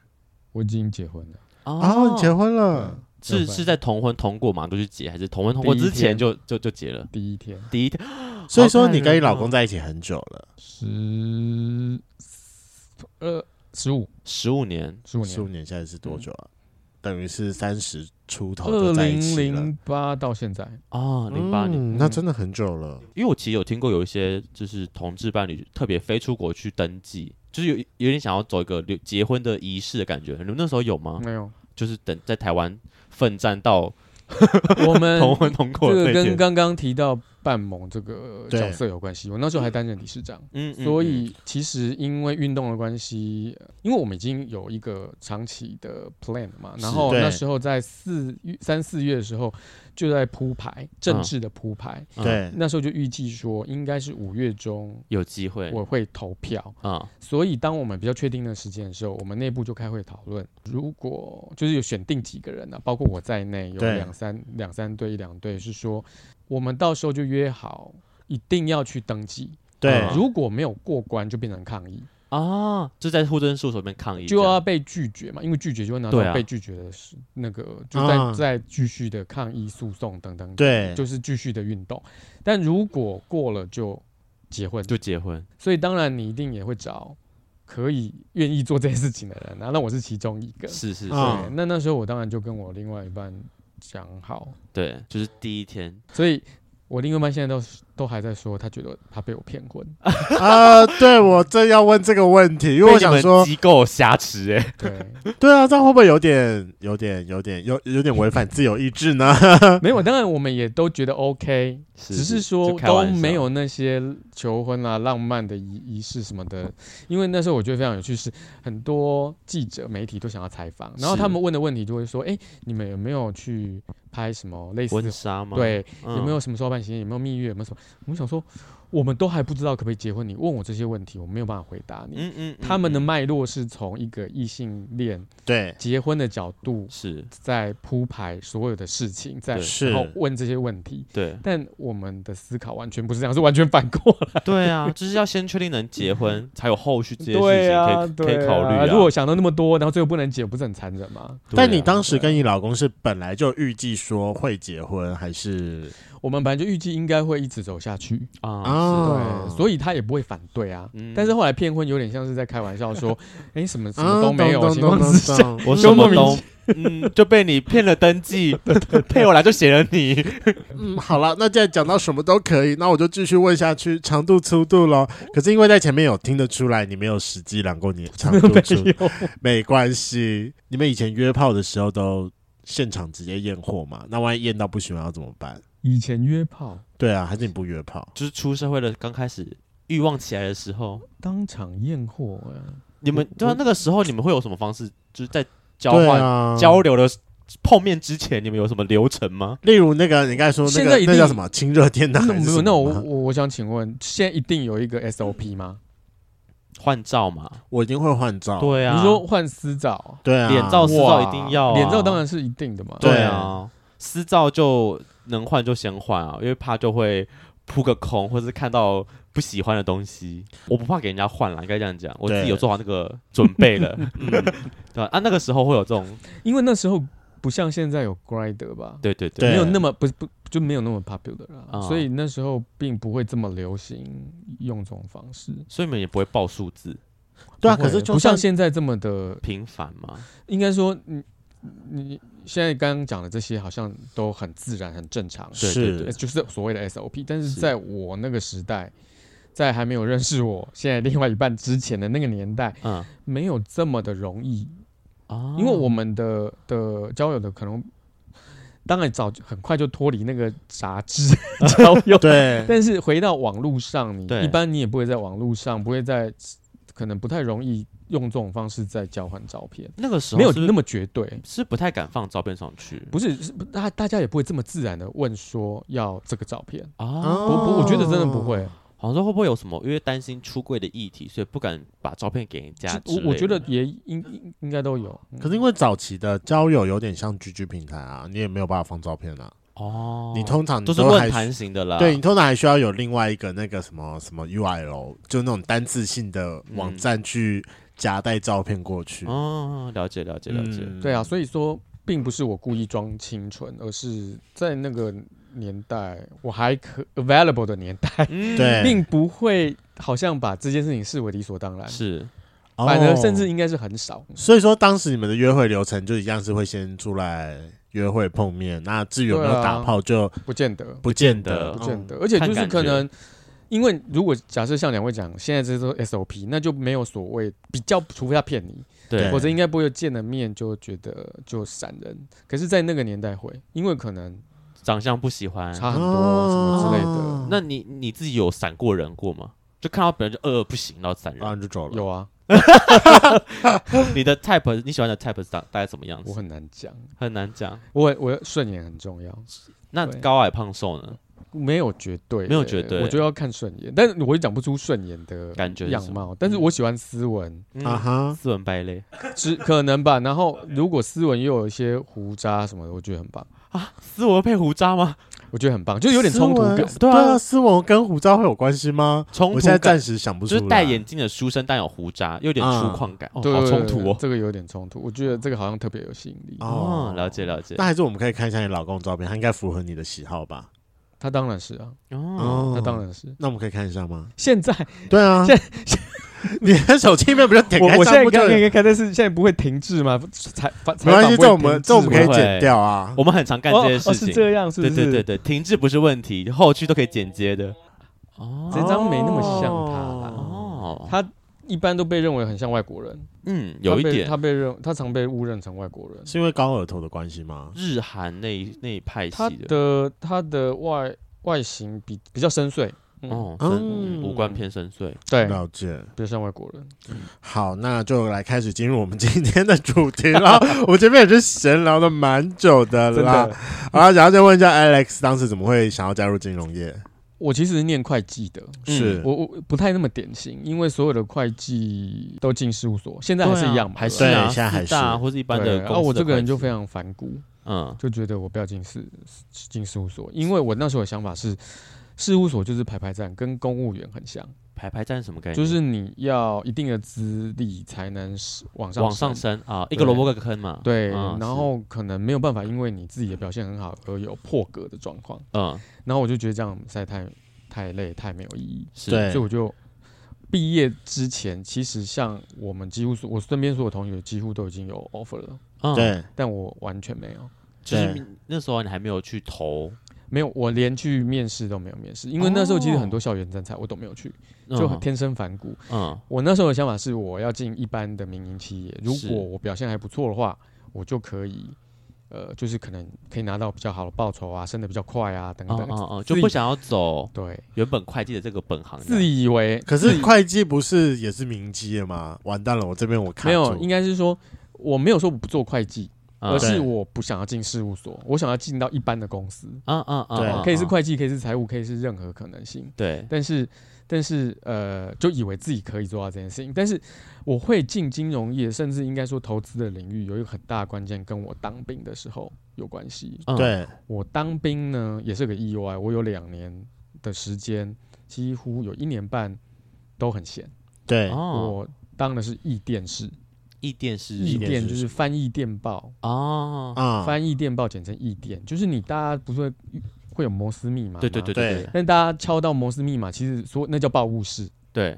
S3: 我已经结婚了。
S2: 差
S1: 哦，
S2: 哦
S1: 你，结婚
S3: 对
S1: 了？
S2: 是是在同婚通过嘛就去结，还是同婚通过
S3: 第一
S2: 之前
S3: 天
S2: 就就就结了？
S3: 第一天
S2: 第一天
S1: 所以说
S2: 好感
S1: 你跟你
S2: 人哦
S1: 老公在一起很久了，
S3: 十呃十五
S2: 十五年，
S3: 十五
S1: 十五
S3: 年，
S1: 年现在是多久啊？等于是三十出头
S3: 二
S1: 就在一
S3: 零
S1: 起了，
S3: 零八到现在，
S2: 哦，零八年，
S1: 嗯那真的很久了。
S2: 因为我其实有听过有一些就是同志伴侣特别飞出国去登记，就是有有点想要走一个流结婚的仪式的感觉。你们那时候有
S1: 啊
S2: 吗？
S3: 没有。
S2: 就是等在台湾奋战到
S3: 我们
S2: 同婚 通过的
S3: 这个
S2: 那
S3: 跟
S2: 天，
S3: 刚刚提到半萌这个
S1: 对
S3: 角色有关系。我那时候还担任理事长，
S2: 嗯嗯
S3: 所以其实因为运动的关系，呃因为我们已经有一个长期的 plan 嘛，
S2: 是
S3: 然后
S1: 对
S3: 那时候在四月三四月的时候就在铺排政治的铺排，
S2: 嗯
S1: 对，
S3: 那时候就预计说应该是五月中
S2: 有机会
S3: 我会投票。
S2: 啊，
S3: 所以，当我们比较确定的时间的时候，我们内部就开会讨论，如果就是有选定几个人呢、啊，包括我在内，有
S1: 对
S3: 两三两三对一两对，是说我们到时候就约好，一定要去登记。
S1: 对，
S3: 如果没有过关，就变成抗议，
S2: 啊，就在户政事务所里面抗议这
S3: 就啊
S2: 样，
S3: 要被拒绝嘛，因为拒绝就会拿
S2: 对
S3: 到
S2: 啊
S3: 被拒绝的是那个，就在
S1: 啊
S3: 在继续的抗议、诉讼等等，，
S1: 对，
S3: 就是继续的运动。但如果过了就结婚，
S2: 就结婚，
S3: 所以当然你一定也会找可以愿意做这件事情的人啊。那我是其中一个。
S2: 是是是，
S1: 啊
S3: 对，那那时候我当然就跟我另外一半讲好，
S2: 对，就是第一天，
S3: 所以我另外一半现在都都还在说，他觉得他被我骗 婚。
S1: 啊，对我正要问这个问题，因为我想说，
S2: 机构挟持哎，
S3: 对，
S1: 对啊，这样会不会有点、有点、有点、有有点违反自由意志呢？
S3: 没有，当然我们也都觉得 OK，只是
S2: 就
S3: 说
S2: 开
S3: 都
S2: 玩笑
S3: 没有那些求婚啊、浪漫的仪仪式什么的。因为那时候我觉得非常有趣，是很多记者、媒体都想要采访，然后
S2: 是
S3: 他们问的问题就会说：“哎、你们有没有去拍什么类似
S2: 婚
S3: 的
S2: 纱吗？
S3: 对
S2: 嗯，
S3: 有没有什么时候办喜宴？有没有蜜月？有没有什么？我们想说，我们都还不知道可不可以结婚，你问我这些问题，我没有办法回答你。
S2: 嗯？嗯嗯，
S3: 他们的
S2: 嗯
S3: 脉络是从一个异性恋
S1: 对，
S3: 结婚的角度
S2: 是
S3: 在铺排所有的事情，在
S2: 对
S1: 是
S3: 然后问这些问题。
S2: 对
S3: 但我们的思考完全不是这样，是完全反过来。
S2: 对 啊，就是要先确定能结婚，才有后续这些事情可以、
S3: 对啊，
S2: 可以
S3: 对
S2: 考虑、啊。
S3: 如果想到那么多，然后最后不能结，不是很残忍吗？
S2: 对啊
S1: 但你当时跟你老公是本来就预计说会结婚，还是
S3: 我们本来就预计应该会一直走下去，
S2: 啊，
S1: 哦
S3: 对，所以他也不会反对啊。
S2: 嗯
S3: 但是后来骗婚有点像是在开玩笑 说，哎，什么什
S1: 啊
S3: 么都没有的
S1: 懂
S3: 情
S1: 懂
S3: 况
S1: 懂
S3: 之下，
S1: 懂
S2: 是我
S3: 就
S2: 什
S3: 莫
S2: 么
S3: 名
S2: 都嗯就被你骗了登 记， 配我来就写了你，
S1: 嗯，好了，那既然讲到什么都可以，那我就继续问下去，长度粗度
S3: 哦
S1: 咯。可是因为在前面有听得出来，你没有实际量过 你的长度粗度，没关系。你们以前约炮的时候都现场直接验货嘛？那万一验到不喜欢要怎么办？
S3: 以前约炮
S1: 对啊，还是你不约炮？
S2: 就是出社会的刚开始欲望起来的时候，
S3: 当场验货啊，
S2: 你们
S3: 我
S2: 对啊
S3: 我，
S2: 那个时候你们会有什么方式？就是在交
S1: 对
S2: 换、
S1: 啊，
S2: 交流的碰面之前，你们有什么流程吗？
S1: 例如那个你刚才说那
S3: 现在
S1: 个
S3: 一定
S1: 那叫什么亲热天的
S3: 那
S1: 还是
S3: 没有，
S1: 什
S3: 那
S1: 么啊
S3: 我
S1: 吗？
S3: 我我想请问，现在一定有一个 SOP 吗？
S2: 换照嘛，
S1: 我一定会换照，
S2: 对啊，
S3: 哦你说换私照，
S1: 对啊，
S2: 脸照、私照
S3: 哇
S2: 一定要、啊，
S3: 脸照当然是一定的嘛。
S1: 对
S2: 对啊，私照就能换就先换啊，因为怕就会扑个空，或是看到不喜欢的东西。我不怕给人家换啦，应该这样讲，我自己
S1: 对
S2: 有做好那个准备 了，
S1: 嗯
S2: 对吧、啊？那个时候会有这种，
S3: 因为那时候不像现在有 Grinder 吧，
S2: 对对
S1: 对
S2: 对，
S3: 没有那么不不就没有那么 popular 啦、
S2: 啊
S3: 所以那时候并不会这么流行用这种方式。
S2: 所以你们也不会报数字
S1: 对啊，
S3: 不会
S1: 可是就
S3: 不像
S1: 算
S3: 现在这么的，
S2: 频繁嘛，
S3: 应该说你你现在刚刚讲的这些好像都很自然、很正常，
S2: 对对
S3: 呃
S1: 是
S3: 就是所谓的 SOP。但是
S2: 是
S3: 在我那个时代，在还没有认识我现在另外一半之前的那个年代，
S2: 嗯
S3: 没有这么的容易
S2: 啊，
S3: 因为我们的的交友的可能，当然早就很快就脱离那个杂 志交
S2: 啊
S3: 友，
S1: 对
S3: 但是回到网络上，你
S2: 对
S3: 一般你也不会在网络上，不会在，可能不太容易用这种方式在交换照片，
S2: 那个时候
S3: 没有
S2: 是不是
S3: 那么绝对。
S2: 是不太敢放照片上去
S3: 不是，是不大大家也不会这么自然的问说要这个照片，
S2: 啊
S1: 啊。
S3: 不不，我觉得真的不会。
S2: 好像说会不会有什么，因为担心出柜的议题，所以不敢把照片给人家之类
S3: 我
S2: 的。
S3: 我觉得也应应应该都有。嗯
S1: 可是因为早期的交友有点像 GG 平台啊，你也没有办法放照片啊。
S2: 哦，
S1: 你通常
S2: 都是
S1: 还
S2: 论
S1: 需
S2: 坛型的啦，
S1: 对你通常还需要有另外一个那个什么什么 URL，就那种单次性的网站去夹带照片过去。
S2: 哦，了解了解了解。
S1: 嗯
S3: 对啊，所以说并不是我故意装清纯，而是在那个年代我还可 available 的年代，
S2: 嗯
S1: 对
S3: 并不会好像把这件事情视为理所当然，
S2: 是
S1: 哦
S2: 哦
S3: 反而甚至应该是很少。
S1: 所以说，当时你们的约会流程就一样是会先出来约会碰面，那至于有没有
S3: 对啊
S1: 打炮就
S3: 不见得，
S1: 不见
S2: 得
S1: 得，嗯
S3: 不见得，而且就
S2: 哦看
S3: 是
S2: 感
S3: 可能。因为如果假设像两位讲，现在这都 SOP，那就没有所谓比较，除非他骗你，
S2: 对
S3: 否则应该不会见了面就觉得就闪人。可是，在那个年代会，因为可能
S2: 长相不喜欢。
S3: 差很多什么之类的。
S1: 哦
S2: 那你你自己有闪过人过吗？就看到本人就呃不行，然后闪人。
S1: 啊你就走了。
S3: 有啊，
S2: 你的 type 你喜欢的 type 是大大概什么样
S3: 我
S2: 子？
S3: 很难讲，
S2: 很难讲。
S3: 我我顺眼很重要，
S2: 那
S3: 对
S2: 高矮胖瘦呢？
S3: 没有绝对，
S2: 没有绝对
S3: 我就要看顺眼，但是我也讲不出顺眼的
S2: 感觉是
S3: 样
S2: 什么
S3: 貌，但是我喜欢斯文，
S1: 啊
S2: 嗯，
S1: 哈，
S2: 斯文败类
S3: 只可能吧。然后如果斯文又有一些胡渣什么的，我觉得很棒，
S2: 啊，斯文配胡渣吗？
S3: 我觉得很棒，就有点冲突
S1: 斯
S3: 感
S1: 文。
S2: 对
S1: 对
S2: 啊
S1: 啊，斯文跟胡渣会有关系吗？
S2: 冲
S1: 我
S2: 突
S1: 现在暂
S2: 感
S1: 时想不出
S2: 就
S1: 来。
S2: 是戴眼镜的书生，但有胡渣，又有点
S1: 嗯
S2: 粗犷感，哦，
S3: 啊对
S2: 好冲突哦。
S3: 这个有点冲突，我觉得这个好像特别有吸引力。
S2: 哦，了解了解
S1: 那。还是我们可以看一下你老公的照片，他应该符合你的喜好吧？
S3: 他当然是啊，
S2: 哦，
S3: 他当然是。
S1: 那我们可以看一下吗？
S3: 现在
S1: 对啊，你的手机里面不就 点
S3: 我
S1: 开
S3: 我现
S1: 账
S3: 在
S1: 目就
S3: 刚
S1: 有
S3: 可以看，但是现在不会停滞吗？采访
S1: 没关系，这我们这我们可以
S2: 吗
S1: 剪掉啊。
S2: 我们很常干
S3: 哦
S2: 这些
S3: 哦
S2: 事
S3: 是
S2: 情。
S3: 这样，是不
S2: 对
S3: 是？
S2: 对对对，停滞不是问题，后续都可以剪接的。哦
S3: 这张没那么像他啦。
S2: 哦，
S3: 他一般都被认为很像外国人，
S2: 嗯，有一
S3: 他被
S2: 点
S3: 他被认，他常被误认成外国人。
S1: 是因为高额头的关系吗？
S2: 日韩那一那一派
S3: 他
S2: 系的，
S3: 的他的外外形比比较深邃，嗯
S2: 哦，
S1: 嗯
S2: 深五官偏深邃，
S3: 对，
S1: 了解。
S3: 比较像外国人。
S1: 好，那就来开始进入我们今天的主题了。我前面也是闲聊的蛮久的
S3: 真
S1: 啦
S3: 的。，
S1: 好啦，想要再问一下 Alex，当时怎么会想要加入金融业？
S3: 我其实是念会计的，
S2: 嗯
S1: 是
S3: 我我不太那么典型，因为所有的会计都进事务所，现在还是一样嘛，
S2: 还是
S1: 对
S3: 对
S2: 啊，
S1: 现在还
S2: 四大
S1: 是
S2: 或是一
S3: 不
S2: 般
S3: 对。
S2: 的
S3: 然
S2: 公
S3: 后
S2: 司
S3: 我
S2: 的
S3: 这个人
S2: 会
S3: 就
S2: 计
S3: 非常反骨，
S2: 嗯
S3: 就觉得我不要进事进事务所，因为我那时候的想法是，事务所就是排排站，跟公务员很像。
S2: 排排站是什么概念？
S3: 就是你要一定的资历才能是往上
S2: 往上
S3: 升
S2: 升啊，一
S3: 对
S2: 个萝卜一个坑嘛。
S3: 对，
S2: 嗯
S3: 然后可能没有办法，因为你自己的表现很好而有破格的状况。
S2: 嗯
S3: 然后我就觉得这样实在太太累，太没有意义，
S2: 是
S1: 对
S3: 所以我就毕业之前，其实像我们几乎所我身边所有同学几乎都已经有 offer 了，
S2: 嗯，
S1: 对，
S3: 但我完全没有，
S2: 就是
S1: 对
S2: 那时候你还没有去投，
S3: 没有，我连去面试都没有面试，因为那时候其实很多校园征才我都没有去，就很
S2: 嗯
S3: 天生反骨。
S2: 嗯
S3: 我那时候的想法是，我要进一般的民营企业，如
S2: 是
S3: 果我表现还不错的话，我就可以呃，就是可能可以拿到比较好的报酬啊，升的比较快啊，等
S2: 哦
S3: 等。
S2: 哦哦，
S3: 自
S2: 就
S3: 己
S2: 不想要走
S3: 对，
S2: 原本会计的这个本行这样。
S3: 自以为
S1: 可是会计不是也是民机的 吗？完蛋了，我这边我卡
S3: 没有，
S1: 住
S3: 应该是说我没有说我不做会计，
S2: 嗯
S3: 而
S1: 对
S3: 是我不想要进事务所，我想要进到一般的公司，
S2: 嗯嗯嗯
S1: 对
S2: 嗯，
S3: 可以是
S2: 嗯，
S3: 会计，可以是财务，可以是任何可能性。
S2: 对，
S3: 但是，但是，呃，就以为自己可以做到这件事情。但是，我会进金融业，甚至应该说投资的领域，有一个很大的关键跟我当兵的时候有关系。
S2: 嗯，
S1: 对，
S3: 我当兵呢也是个意外，我有两年的时间，几乎有一年半都很闲。
S1: 对，
S2: 哦，
S3: 我当的是译电视，
S2: 异 E 电是
S3: 译
S1: 译电
S3: 电
S1: 视
S3: 就是翻译电报，
S2: 哦，
S1: 啊，
S3: 翻译电报简称译 E 电，就是你大家不是会会有摩斯密码吗？
S2: 对对对对对
S1: 对
S3: 但大家敲到摩斯密码，其实说那叫报务室，
S2: 对，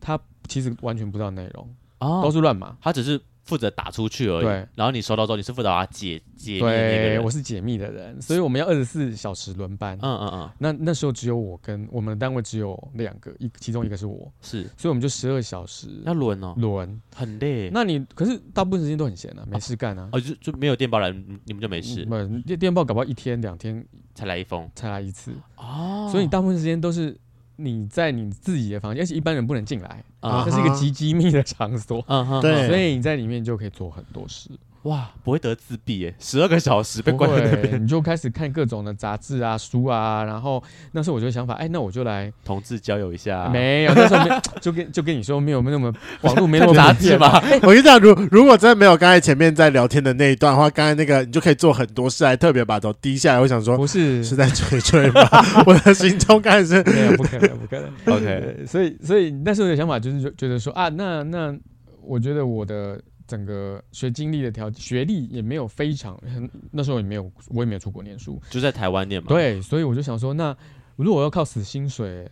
S3: 他其实完全不知道内容，都
S2: 哦，
S3: 是乱码。
S2: 他只是负责打出去而已
S3: 对，
S2: 然后你收到之后，你是负责把它解解密的那个
S3: 对，
S2: 人
S3: 我，是解密的人，所以我们要二十四小时轮班。
S2: 嗯嗯嗯，
S3: 那那时候只有我跟我们的单位只有两个，一其中一个是我，
S2: 是
S3: 所以我们就十二小时
S2: 要轮哦，
S3: 轮。
S2: 很累，
S3: 嗯那你可是大部分时间都很闲啊，没事干啊。
S2: 哦就就没有电报来，你你们就没事，
S3: 嗯不，电电报搞不好一天两天
S2: 才来一封
S3: 才来一次，
S2: 哦，
S3: 嗯所以你大部分时间都是你在你自己的房间，而且一般人不能进来，
S1: 啊
S3: 那是一个极机密的场所，
S2: 嗯哼，
S1: 对
S3: 所以你在里面就可以做很多事。
S2: 哇，不会得自闭耶，十二个小时被
S3: 不
S2: 关在那
S3: 会，
S2: 边，
S3: 你就开始看各种的杂志啊、书啊，然后那时候我就想法，哎，那我就来，
S2: 同志交友一下，
S3: 没有，那时候没就跟就跟你说没有那么 网络没那
S2: 看
S3: 么
S2: 杂
S3: 普遍
S2: 志嘛，
S1: 我跟你讲，如如果真的没有刚才前面在聊天的那一段的话，刚才那个你就可以做很多事，还特别把头低下来。我想说，
S3: 不 是，
S1: 是在吹吹 吗？我的心中开始 是
S3: 没有，不可能，不可能。
S2: ，OK，
S3: 对，所以所以那时候的想法就是觉觉得说啊，那那我觉得我的整个学经历的条学历也没有非常，很那时候也没有我也没有出国念书，
S2: 就在台湾念嘛，，
S3: 对，所以我就想说，那如果我要靠死薪水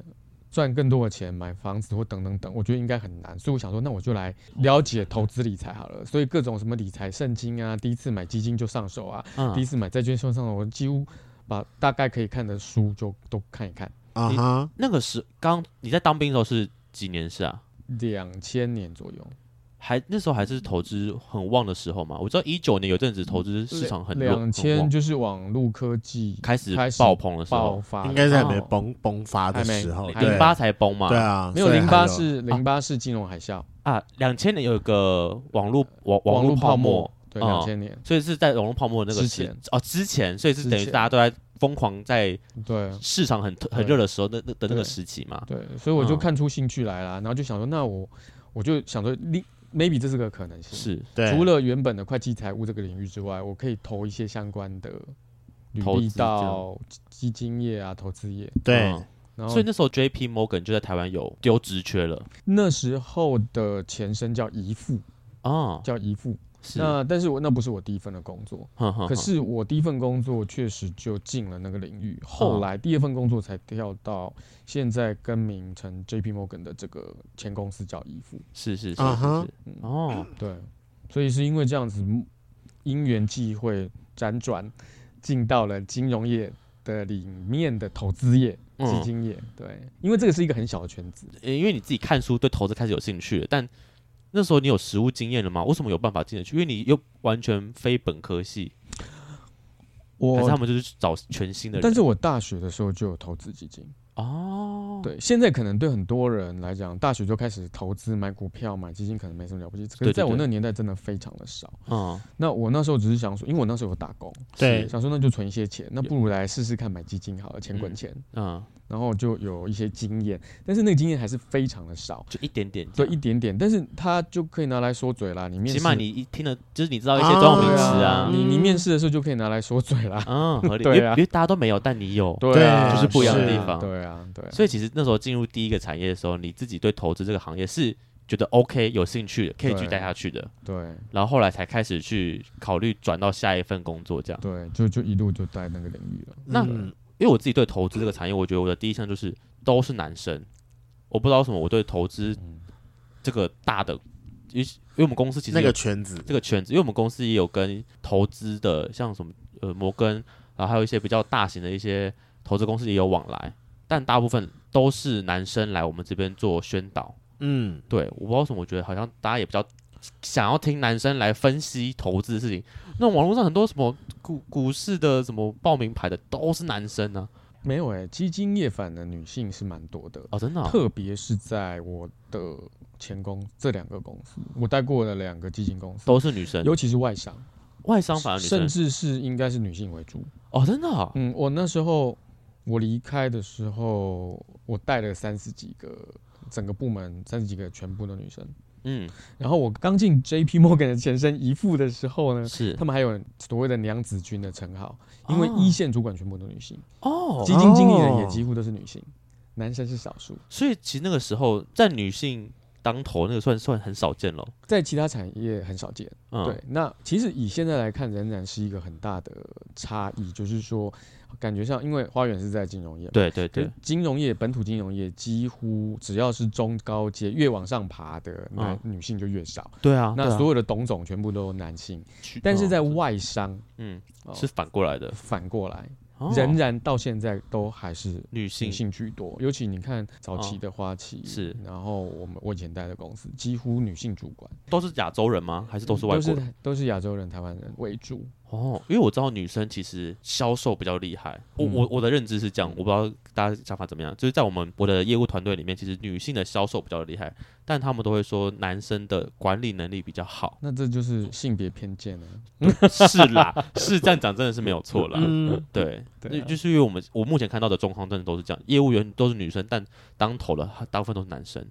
S3: 赚更多的钱买房子或等等等，我觉得应该很难，所以我想说，那我就来了解投资理财好了。所以各种什么理财圣经啊，第一次买基金就上手啊，
S2: 嗯
S3: 第一，次买债券就上手，我几乎把大概可以看的书就都看一看。
S1: 啊哈，
S2: 那个时刚你在当兵的时候是几年是啊？
S3: 两千年左右，
S2: 还那时候还是投资很旺的时候嘛，我知道一九年有阵子投资市场很弱
S3: 嗯两
S2: 很
S3: 千
S2: 旺
S3: 就是网络科技
S2: 开始
S3: 开始
S2: 爆棚的时
S3: 爆
S2: 候，
S3: 发，
S1: 应该是还没
S3: 哦。
S1: 崩崩发的时候，
S3: 还没
S1: 对
S2: 零八才崩嘛，
S1: 对啊，
S3: 没有
S1: 所以
S3: 零八
S1: 还
S3: 是零八是金融海啸，
S2: 啊，两千年有一个网络网网
S3: 络
S2: 络
S3: 泡
S2: 泡沫，，
S3: 对，
S2: 嗯
S3: 两千年，
S2: 所以是在网络泡沫那个
S3: 之
S2: 时
S3: 前
S2: 哦之前，所以是
S3: 之
S2: 等于
S3: 前
S2: 大家都在疯狂在
S3: 对，
S2: 市场很很
S3: 对
S2: 热的时候那那的那
S3: 对
S2: 个时期嘛，
S3: 对，所以我就
S2: 嗯
S3: 看出兴趣来了，然后就想说，那我我就想说另，maybe 这是个可能性。，
S2: 是
S1: 对，
S3: 除了原本的会计财务这个领域之外，我可以投一些相关的履
S2: 投
S3: 历
S2: 资这样
S3: 到基基金业啊、投资业。
S1: 对
S2: 嗯
S3: 然后
S2: 所以那时候 J P Morgan 就在台湾有丢职缺了
S3: 那时候的前身叫姨父，
S2: 哦，
S3: 叫姨父。
S2: 是，
S3: 那但是我那不是我第一份的工作，
S2: 哼哼
S3: 可
S2: 哼
S3: 是我第一份工作确实就进了那个领域，后
S2: 嗯
S3: 来第二份工作才跳到现在更名成 J P Morgan 的这个前公司叫姨父。
S2: 是是是是
S1: 啊哈
S2: 是哦，
S3: 对，所以是因为这样子嗯因缘际会辗转进到了金融业的里面的投资业、基
S2: 嗯，
S3: 金业。对，因为这个是一个很小的圈子，
S2: 呃因为你自己看书对投资开始有兴趣了，但那时候你有实务经验了吗？为什么有办法进得去？因为你又完全非本科系，还是他
S3: 我。
S2: 们就是找全新的人？
S3: 但是我大学的时候就有投资基金，
S2: 哦，
S3: 对，现在可能对很多人来讲，大学就开始投资买股票、买基金，可能没什么了不起。可
S2: 对
S3: 是
S2: 对
S3: 在我
S2: 对
S3: 那个年代，真的非常的少。
S2: 嗯，
S3: 那我那时候只是想说，因为我那时候有打工，
S1: 对
S3: 想说那就存一些钱，那不如来试试看买基金好了，钱滚
S2: 嗯
S3: 钱。
S2: 嗯，
S3: 然后就有一些经验，但是那个经验还是非常的少，
S2: 就一点点这
S3: 对，
S2: 样，
S3: 一点点，但是它就可以拿来说嘴啦。你面
S2: 啊
S3: 试，
S2: 起码你一听了，就是你知道一些专有名
S3: 对
S2: 词
S3: 啊，
S2: 啊，
S3: 你你
S1: 嗯
S3: 面试的时候就可以拿来说嘴啦。
S2: 嗯，合理，因
S3: 对
S2: 为
S3: 啊
S2: 因为大家都没有，但你有，
S3: 对啊，
S1: 就是不一样的
S3: 是啊
S2: 地方
S3: 对啊，对啊。
S2: 所以其实那时候进入第一个产业的时候，你自己对投资这个行业是觉得 OK 有兴趣的，可以
S3: 对
S2: 去待下去的，
S3: 对啊
S2: 然后后来才开始去考虑转到下一份工作这样。
S3: 对，啊就就一路就待那个领域了。
S2: 那
S1: 嗯
S2: 因为我自己对投资这个产业，我觉得我的第一印象就是都是男生，我不知道为什么我对投资这个大的，因为因为我们公司其实
S1: 嗯那
S2: 有
S1: 个圈子，
S2: 这个圈子，因为我们公司也有跟投资的，像什么呃摩根，然后还有一些比较大型的一些投资公司也有往来，但大部分都是男生来我们这边做宣导。
S1: 嗯，
S2: 对，我不知道为什么，我觉得好像大家也比较想要听男生来分析投资的事情。那网络上很多什么股股市的什么报名牌的都是男生啊呢、
S3: 没有哎、基金业反的女性是蛮多的，
S2: 哦，真的哦、
S3: 特别是在我的前公这两个公司，我待过的两个基金公司，
S2: 都是女生，
S3: 尤其是外商，
S2: 外商反而女
S3: 甚
S2: 生
S3: 至是应该是女性为主。
S2: 哦，真的哦、
S3: 嗯，我那时候我离开的时候，我带了三十几个，整个部门三十几个全部都女生。
S2: 嗯，
S3: 然后我刚进 J.P. Morgan 的前身一富的时候呢，
S2: 嗯是
S3: 他们还有所谓的娘子军的称号，因为一线主管全部都女性，
S2: 哦，
S3: 基金经理人也几乎都是女性，男生是少数。
S2: 所以其实那个时候在女性当头，那个算算很少见了。
S3: 在其他产业很少见。
S2: 嗯，
S3: 对，那其实以现在来看，仍然是一个很大的差异，就是说，感觉上因为花园是在金融业嘛，
S2: 对对
S3: 可
S2: 对
S3: 是，金融业本土金融业几乎只要是中高阶，越往上爬的男、女性就越少，
S2: 对啊，
S3: 那所有的董总全部都男性，
S2: 有
S3: 但是在外商、
S2: 嗯
S3: 哦
S2: 是反过来的，
S3: 反过来，
S2: 哦
S3: 仍然到现在都还是。
S2: 女
S3: 女
S2: 性
S3: 性居多，尤其你看早期
S2: 哦
S3: 的花旗、
S2: 是
S3: 然后我们我以前待的公司几乎女性主管。
S2: 都是亚洲人吗？还是都是外国
S3: 嗯都
S2: 人？
S3: 是都是亚洲人、台湾人为主。
S2: 哦，因为我知道女生其实销售比较厉害，我
S3: 嗯。
S2: 我我的认知是这样，我不知道大家想法怎么样。就是在我们我的业务团队里面，其实女性的销售比较厉害，但他们都会说男生的管理能力比较好
S3: 那这
S2: 哦
S3: 就是性别偏见啊了、
S2: 是啦，是这样讲真的是没有错啦。
S1: 嗯，
S2: 对，
S3: 对啊
S2: 就是因为我们我目前看到的状况真的都是这样，业务员都是女生，但当头的大部分都是男生。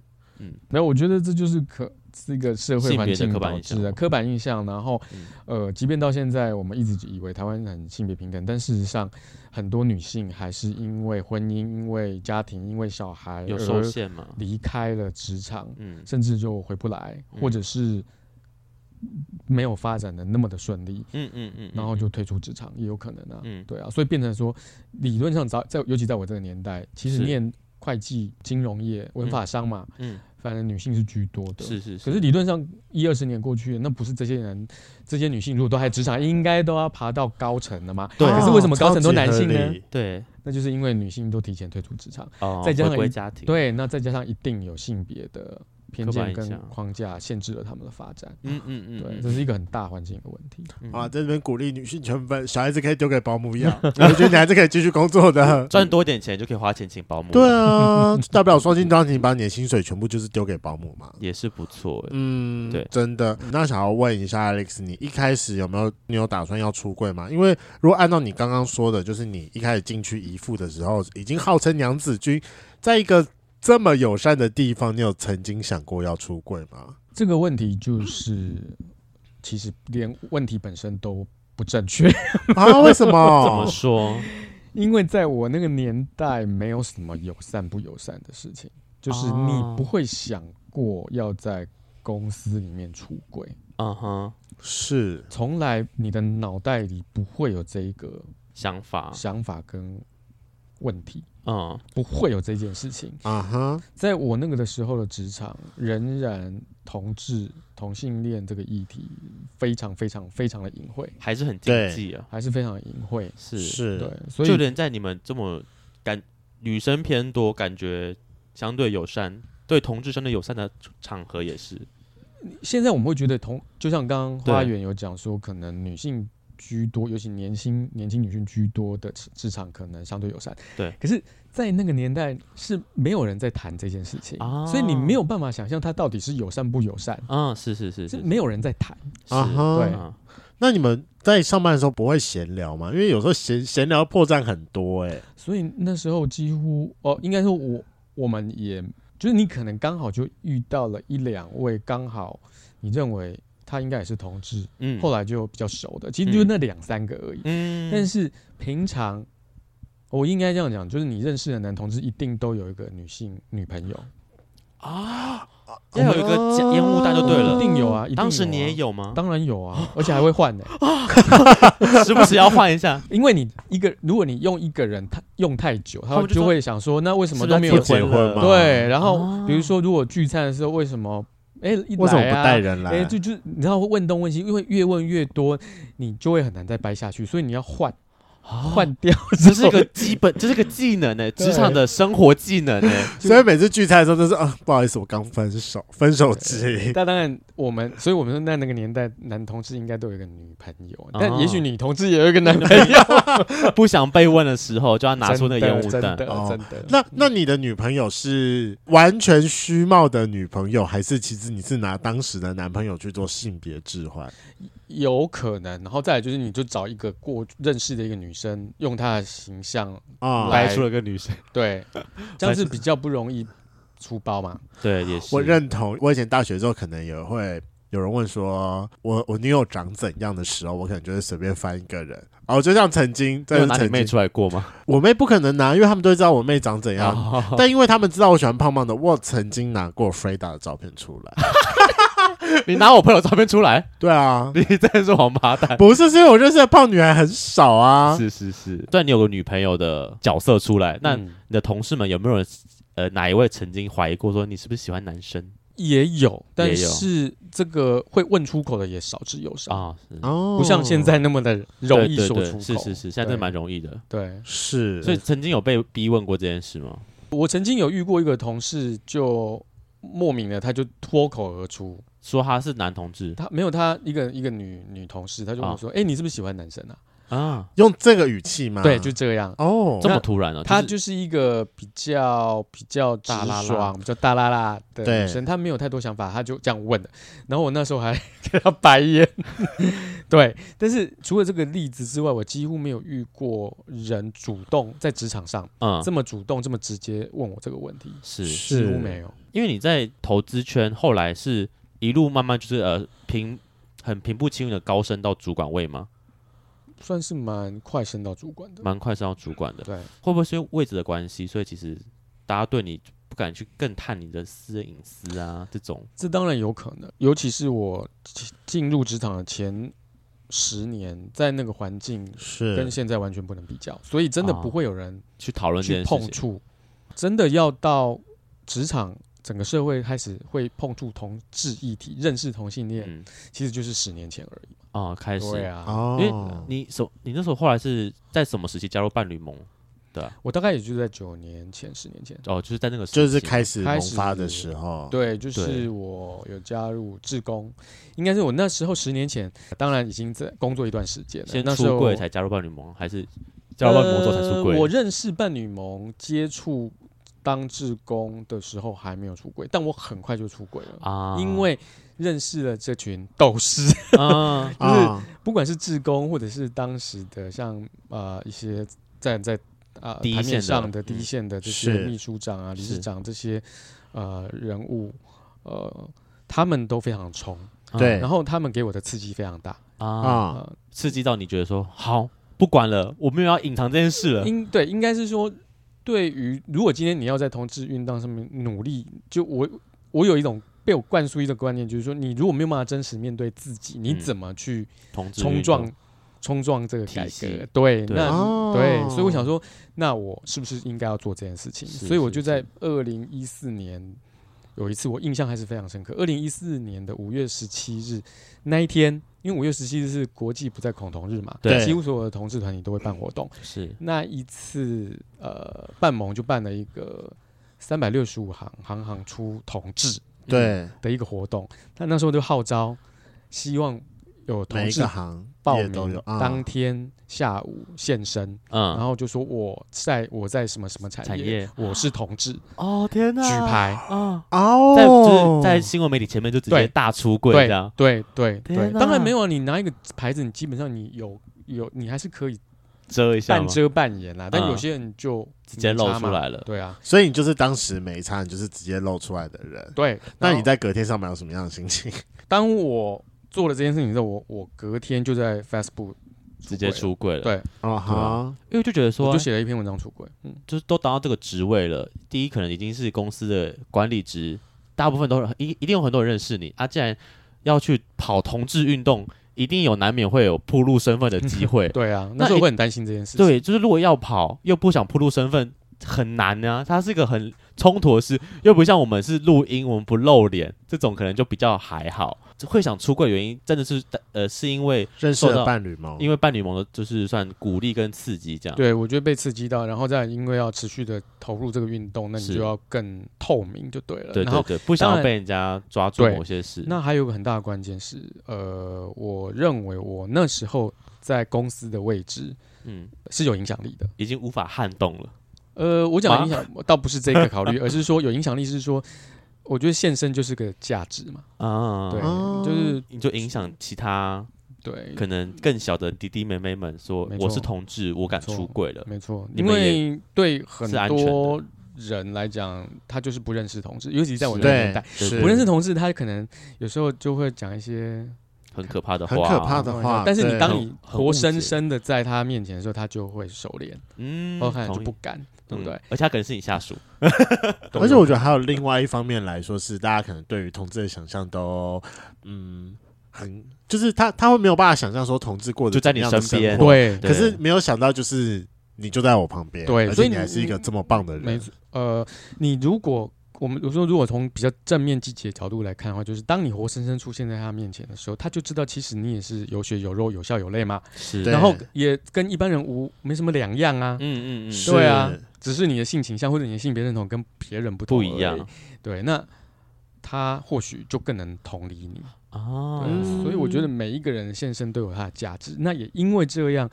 S3: 没有，我觉得这就是可是一个社会
S2: 性
S3: 环
S2: 别
S3: 境
S2: 的刻板
S3: 导
S2: 印象哦
S3: 致的刻板印象。然后
S2: 嗯，
S3: 呃，即便到现在，我们一直以为台湾很性别平等，但事实上，很多女性还是因为婚姻、因为家庭、因为小孩
S2: 有受
S3: 而
S2: 限嘛？
S3: 离开了职场，
S2: 嗯，
S3: 甚至就回不来，
S2: 嗯
S3: 或者是没有发展的那么的顺利，
S2: 嗯嗯嗯，
S3: 然后就退出职场也有可能啊。
S2: 嗯
S3: 对啊，所以变成说，理论上早在，尤其在我这个年代，其实
S2: 是
S3: 念会计、金融业、文法商嘛，
S2: 嗯，
S3: 反正女性是居多的。
S2: 是是是，
S3: 可是理论上一二十年过去了，那不是这些人、这些女性如果都还职场，应该都要爬到高层了嘛？
S2: 对啊
S3: 可是为什么高层都男性呢
S1: 哦超级合理？
S2: 对
S3: 那就是因为女性都提前退出职场，
S2: 哦，
S3: 再加上
S2: 回归
S3: 一
S2: 家庭，
S3: 对，那再加上一定有性别的偏
S2: 刻板印
S3: 见跟
S2: 象
S3: 框架限制了他们的发展。
S2: 嗯，嗯嗯
S3: 对，
S2: 嗯，
S3: 这是一个很大环境的问题。
S2: 嗯
S1: 啊，在这边鼓励女性全分，小孩子可以丢给保姆 养，我觉得你还是可以继续工作的。
S2: 赚多一点钱就可以花钱请保姆，
S1: 对，啊，大不了双薪家庭，把你的薪水全部就是丢给保姆嘛。
S2: 也是不错欸。
S1: 嗯，
S2: 对
S1: 真的。那想要问一下 Alex，你一开始有没有你有打算要出柜吗？因为如果按照你刚刚说的，就是你一开始进去姨父的时候，已经号称娘子军，在一个这么友善的地方，你有曾经想过要出柜吗？
S3: 这个问题就是，其实连问题本身都不正确。
S1: 啊，为什
S2: 怎么
S1: 么？
S2: 说？
S3: 因为在我那个年代，没有什么友善不友善的事情，就是你
S2: 哦
S3: 不会想过要在公司里面出轨，
S2: 嗯哼，
S1: 是
S3: 从来你的脑袋里不会有这一个
S2: 想法，
S3: 想法跟问题，
S2: 嗯，
S3: 不会有这件事情。
S1: 啊哈，
S3: 在我那个的时候的职场，仍然同志同性恋这个议题非常非常非常的隐晦，
S2: 还是很经
S1: 对
S2: 济啊，
S3: 还是非常隐晦。
S2: 是，
S1: 是，
S3: 对，所以
S2: 就连在你们这么感女生偏多，感觉相对友善，对同志相对友善的场合也是，
S3: 现在我们会觉得同，就像刚刚花
S2: 对
S3: 园有讲说，可能女性居多，尤其年轻年轻女性居多的职职场可能相对友善。
S2: 对
S3: 可是，在那个年代是没有人在谈这件事情，
S2: 啊
S3: 所以你没有办法想象它到底是友善不友善，
S2: 嗯，是是是
S3: 是
S2: 是，
S3: 没哎有人在谈。
S2: 是
S1: 啊哈
S3: 对
S2: 嗯
S1: 那你们在上班的时候不会闲聊吗？因为有时候闲闲聊破绽很多哎、欸
S3: 所以那时候几乎哦，应该说我我们也就是你可能刚好就遇到了一两位刚好你认为他应该也是同志，
S2: 嗯，
S3: 后
S2: 来，
S3: 来就比较熟的，其实就那两三个而已。
S2: 嗯，
S3: 但是平常，我应该这样讲，就是你认识的男同志一定都有一个女性女朋友，
S2: 哦啊，要有一个加烟雾弹就对
S3: 一
S2: 了。
S3: 定有啊。一定
S2: 当时
S3: 啊
S2: 你也，有吗？
S3: 当然有啊，而且还会 换的、
S2: 时不时要换一下？
S3: 因为你一个，如果你用一个人太用太久，他
S2: 他
S3: 会
S2: 们就说
S3: 就会想说，那为什么
S2: 是
S3: 都没
S2: 是
S3: 有
S1: 不结
S2: 婚
S1: 婚
S2: 了
S1: 吗？
S3: 对？然
S2: 哦
S3: 后比如说，如果聚餐的时候，为什么哎、一
S1: 为什么
S3: 来
S1: 不
S3: 啊
S1: 带？人来？
S3: 哎、就
S2: 哦
S3: 就你知道问东问西，因为越问越多，你就会很难再掰下去，所以你要换。换掉之
S2: 啊这是一
S3: 后，
S2: 个基本，这是个技能呢、职场的生活技能欸呢、
S1: 所以每次聚餐的时候都是啊，不好意思，我刚分手， 分手之一。
S3: 但当然，我们所以我们说，那那个年代，男同志应该都有一个女朋友，
S2: 哦
S3: 但也许女同志也有一个男朋友。
S2: 不想被问的时候，就要拿出那个烟雾
S3: 真的
S2: 弹。
S3: 真的
S1: 哦
S3: 真的。
S1: 那那你的女朋友是完全虚貌的女朋友，还是其实你是拿当时的男朋友去做性别置换？
S3: 有可能，然后再来就是，你就找一个过认识的一个女生，用她的形象，
S1: 啊、
S3: 来
S2: 掰出了个女生，
S3: 对，这样是比较不容易出包嘛。
S2: 对，也是。
S1: 我认同。我以前大学的时候，可能也会有人问说我我女友长怎样的时候，我可能就会随便翻一个人。哦，就像曾经，
S2: 你
S1: 在
S2: 有拿你
S1: 曾
S2: 妹
S1: 经，
S2: 出来过吗？
S1: 我妹不可能拿，因为他们都知道我妹长怎样。
S2: 哦
S1: 但因为他们知道我喜欢胖胖的，我曾经拿过 Freda 的照片出 来。
S2: 你拿我朋友照片出来，
S1: 对啊，
S2: 你真的是王八蛋。
S1: 不是，是因为我认识的胖女孩很少啊。
S2: 是是是，虽然你有个女朋友的角色出来，那你
S3: 嗯
S2: 的同事们有没有人呃哪一位曾经怀疑过说你是不是喜欢男生
S3: 也有，但
S2: 也有
S3: 是这个会问出口的也少之又少，
S2: 啊？是
S1: 哦，
S3: 不像现在那么的容
S2: 对
S3: 易
S2: 对
S3: 说
S2: 对
S3: 出口。
S2: 是是是，现在真的
S3: 对
S2: 蛮容易的。
S3: 对，
S1: 是，
S2: 所以曾经有被逼问过这件事吗？
S3: 我曾经有遇过一个同事，就莫名的他就脱口而出，
S2: 说他是男同志
S3: 他没有他一个一个女女同事，他就问我
S2: 啊
S3: 说：“哎、你是不是喜欢男生啊
S2: 啊，
S1: 用这个语气吗？？”
S3: 对，就这样。
S1: 哦，
S2: 这么突然哦，
S3: 她
S2: 就是
S3: 就是一个比较比较直
S2: 大啦啦
S3: 爽、比较大啦啦的
S1: 对
S3: 女生，她没有太多想法，她就这样问的。然后我那时候还 给她白眼。 对，但是除了这个例子之外，我几乎没有遇过人主动在职场上、
S2: 嗯
S3: 这，么主动、这么直接问我这个问题，
S2: 是
S3: 几乎没有。
S2: 因为你在投资圈后来是一路慢慢就是呃平很平步青云的高升到主管位吗？
S3: 算是蛮快升到主管的。
S2: 蛮快升到主管的，
S3: 对，
S2: 会不会是因为位置的关系，所以其实大家对你不敢去更探你的私人隐私啊这种？
S3: 这当然有可能，尤其是我进进入职场的前十年，在那个环境
S1: 是
S3: 跟现在完全不能比较，所以真
S2: 啊
S3: 的不会有人
S2: 去讨论这
S3: 去
S2: 件事
S3: 碰
S2: 情。
S3: 触。真的要到职场，整个社会开始会碰触同志议题，认识同性恋，
S2: 嗯，
S3: 其实就是十年前而已。
S2: 哦，开始，
S3: 对啊，
S1: 哦，
S2: 因为你手你那时候后来是在什么时期加入伴侣盟的啊、
S3: 我大概也就在九年前、十年前。
S2: 哦，就是在那个时期
S1: 就是开始
S3: 开
S1: 萌
S3: 始
S1: 发的时候，
S3: 对，就
S2: 哦对
S3: 是我有加入志工，应该是我那时候十年前，当然已经在工作一段时间了。
S2: 先
S3: 那时
S2: 出
S3: 候
S2: 柜才加入伴侣盟，还是加入伴侣盟之后才出柜？
S3: 呃我认识伴侣盟，接触当志工的时候还没有出轨，但我很快就出轨了，
S2: 啊，
S3: 因为认识了这群斗 士，
S2: 啊，
S1: 啊，
S3: 不管是志工或者是当时的像呃一些在在啊、呃、
S2: 第一
S3: 台面
S2: 线的
S3: 上的
S2: 嗯
S3: 第一线的这
S1: 是
S3: 些秘书长啊、理事
S2: 是
S3: 长这些呃人物，呃。他们都非常冲，
S1: 对
S3: 然后他们给我的刺激非常大
S2: 啊，
S1: 啊，
S3: 啊、
S2: 刺激到你觉得说好不管了，我没有要隐藏这件事了。
S3: 呃应对应该是说，对于如果今天你要在同志运动上面努力，就我我有一种被我灌输一个观念，就是说，你如果没有办法真实面对自己，你
S2: 嗯
S3: 怎么去
S2: 同志
S3: 冲
S2: 运
S3: 撞、
S2: 动
S3: 冲撞这个改
S2: 体系
S3: 革？对，
S2: 对
S3: 那、
S1: 哦
S3: 对，所以我想说，那我是不是应该要做这件事情？
S2: 是
S3: 所以我
S2: 是
S3: 就在
S2: 是
S3: 二零一四年。有一次我印象还是非常深刻，二零一四年的五月十七日那一天，因为五月十七日是国际不再恐同日嘛，
S1: 对
S3: 几乎所有的同志团体都会办活动。
S2: 是
S3: 那一次，呃，办盟就办了一个三百六十五行行行出同志
S1: 对，
S3: 的一个活动。他那时候就号召，希望有同
S1: 每一
S3: 志
S1: 个行
S3: 报
S1: 业都有
S3: 名，
S1: 啊
S3: 当天下午现身，然
S2: 嗯
S3: 后就说我在我在什么什么产
S2: 产业
S3: 我是同志，举
S2: 哦天哪
S3: 牌。
S2: 啊，
S1: 哦，
S2: 在就是在新闻媒体前面就直接
S3: 对
S2: 大出柜
S3: 对
S2: 这样。
S3: 对对对，
S2: 天哪
S3: 当然没有啊，你拿一个牌子，你基本上你有有你还是可以
S2: 遮一下
S3: 半
S2: 吗？
S3: 遮半掩啊啦，但
S2: 嗯
S3: 有些人就
S2: 直接露
S3: 没差嘛
S2: 出来了
S3: 对啊，
S1: 所以你就是当时没差，你就是直接露出来的人。
S3: 对。
S1: 那
S3: 然
S1: 你
S3: 后
S1: 在隔天上班有什么样的心情？
S3: 当我做了这件事情之后，我我隔天就在 Facebook
S2: 直接
S3: 轨
S2: 出柜了。
S3: 对
S1: 哦哈，
S2: 因为就觉得
S3: 了，
S2: 说
S3: 我就写了一篇文章出轨。嗯，
S2: 就是都达到这个职位了，第一可能已经是公司的管理职，大部分都一一定有很多人认识你啊。既然要去跑同志运动，一定有难免会有铺露身份的机
S3: 。
S2: 会
S3: 对啊，
S2: 那
S3: 那时候
S2: 一
S3: 我很担心这件事情。
S2: 对，就是如果要跑又不想铺露身份，很难呢、啊。它是一个很冲突的是，又不像我们是录音，我们不露脸，这种可能就比较还好。会想出柜的原因真的是呃，是因为
S1: 认识
S2: 受
S1: 了
S2: 到
S1: 伴侣吗？
S2: 因为伴侣盟的就是算鼓励跟刺激这样。
S3: 对，我觉得被刺激到，然后再因为要持续的投入这个运动，那你
S2: 是
S3: 就要更透明就对了。
S2: 对
S3: 然
S2: 对
S3: 后
S2: 对，不想
S3: 当
S2: 要
S3: 然
S2: 被人家抓住
S3: 对
S2: 某些事。
S3: 那还有个很大的关键是，呃，我认为我那时候在公司的位置
S2: 嗯，
S3: 是有影响力的。
S2: 已经无法撼动了。
S3: 呃，我讲的
S2: 吗
S3: 影响倒不是这 个考虑，而是说有影响力是说，我觉得现身就是个价值嘛。
S2: 啊，
S3: 对，
S1: 哦
S3: 就是
S2: 你就影响其他
S3: 对，
S2: 可能更小的弟弟妹妹们说
S3: 没错
S2: 我是同志，我敢
S3: 没错
S2: 出柜了。
S3: 没错，
S2: 你
S3: 因
S2: 们
S3: 为对很
S2: 是安全
S3: 多
S2: 的
S3: 人来讲，他就是不认识同志，尤其在我那个年
S1: 对
S3: 代，，
S2: 对
S1: 是
S3: 不认识同志，他可能有时候就会讲一些
S2: 很可怕的话，
S1: 很可怕的
S3: 开玩
S1: 话
S3: 笑，但是你
S1: 对
S3: 当你
S2: 很很
S3: 活
S2: 误解
S3: 生生的在他面前的时候，他就会收敛，
S2: 嗯，
S3: 包含就
S2: 同意
S3: 不敢，对不对
S2: 嗯？而且他可能是你下属，
S1: 而且我觉得还有另外一方面来说，是大家可能对于同志的想象都，嗯，很就是他他会没有办法想象说同志过着
S2: 就在
S1: 怎么
S2: 你
S1: 样的
S2: 身边
S1: 生活，
S3: 对，
S2: 对
S1: 可是没有想到就是你就在我旁边，
S3: 对
S1: 而且
S3: 所以
S1: 你
S3: 你
S1: 还是一个这么棒的人，
S3: 没错。呃，你如果我们我说，如果从比较正面积极的角度来看的话，就是当你活生生出现在他面前的时候，他就知道其实你也是有血有肉、有笑有泪嘛，
S2: 是，
S1: 对
S3: 然后也跟一般人无没什么两样啊。
S2: 嗯嗯嗯，
S1: 是
S3: 对啊，只是你的性倾向或者你的性别认同跟别人不同
S2: 不一
S3: 而已
S2: 样。
S3: 对，那他或许就更能同理你。
S2: 啊
S3: 对，
S1: 嗯
S3: 所以我觉得每一个人的现身都有它的价值。那也因为这样，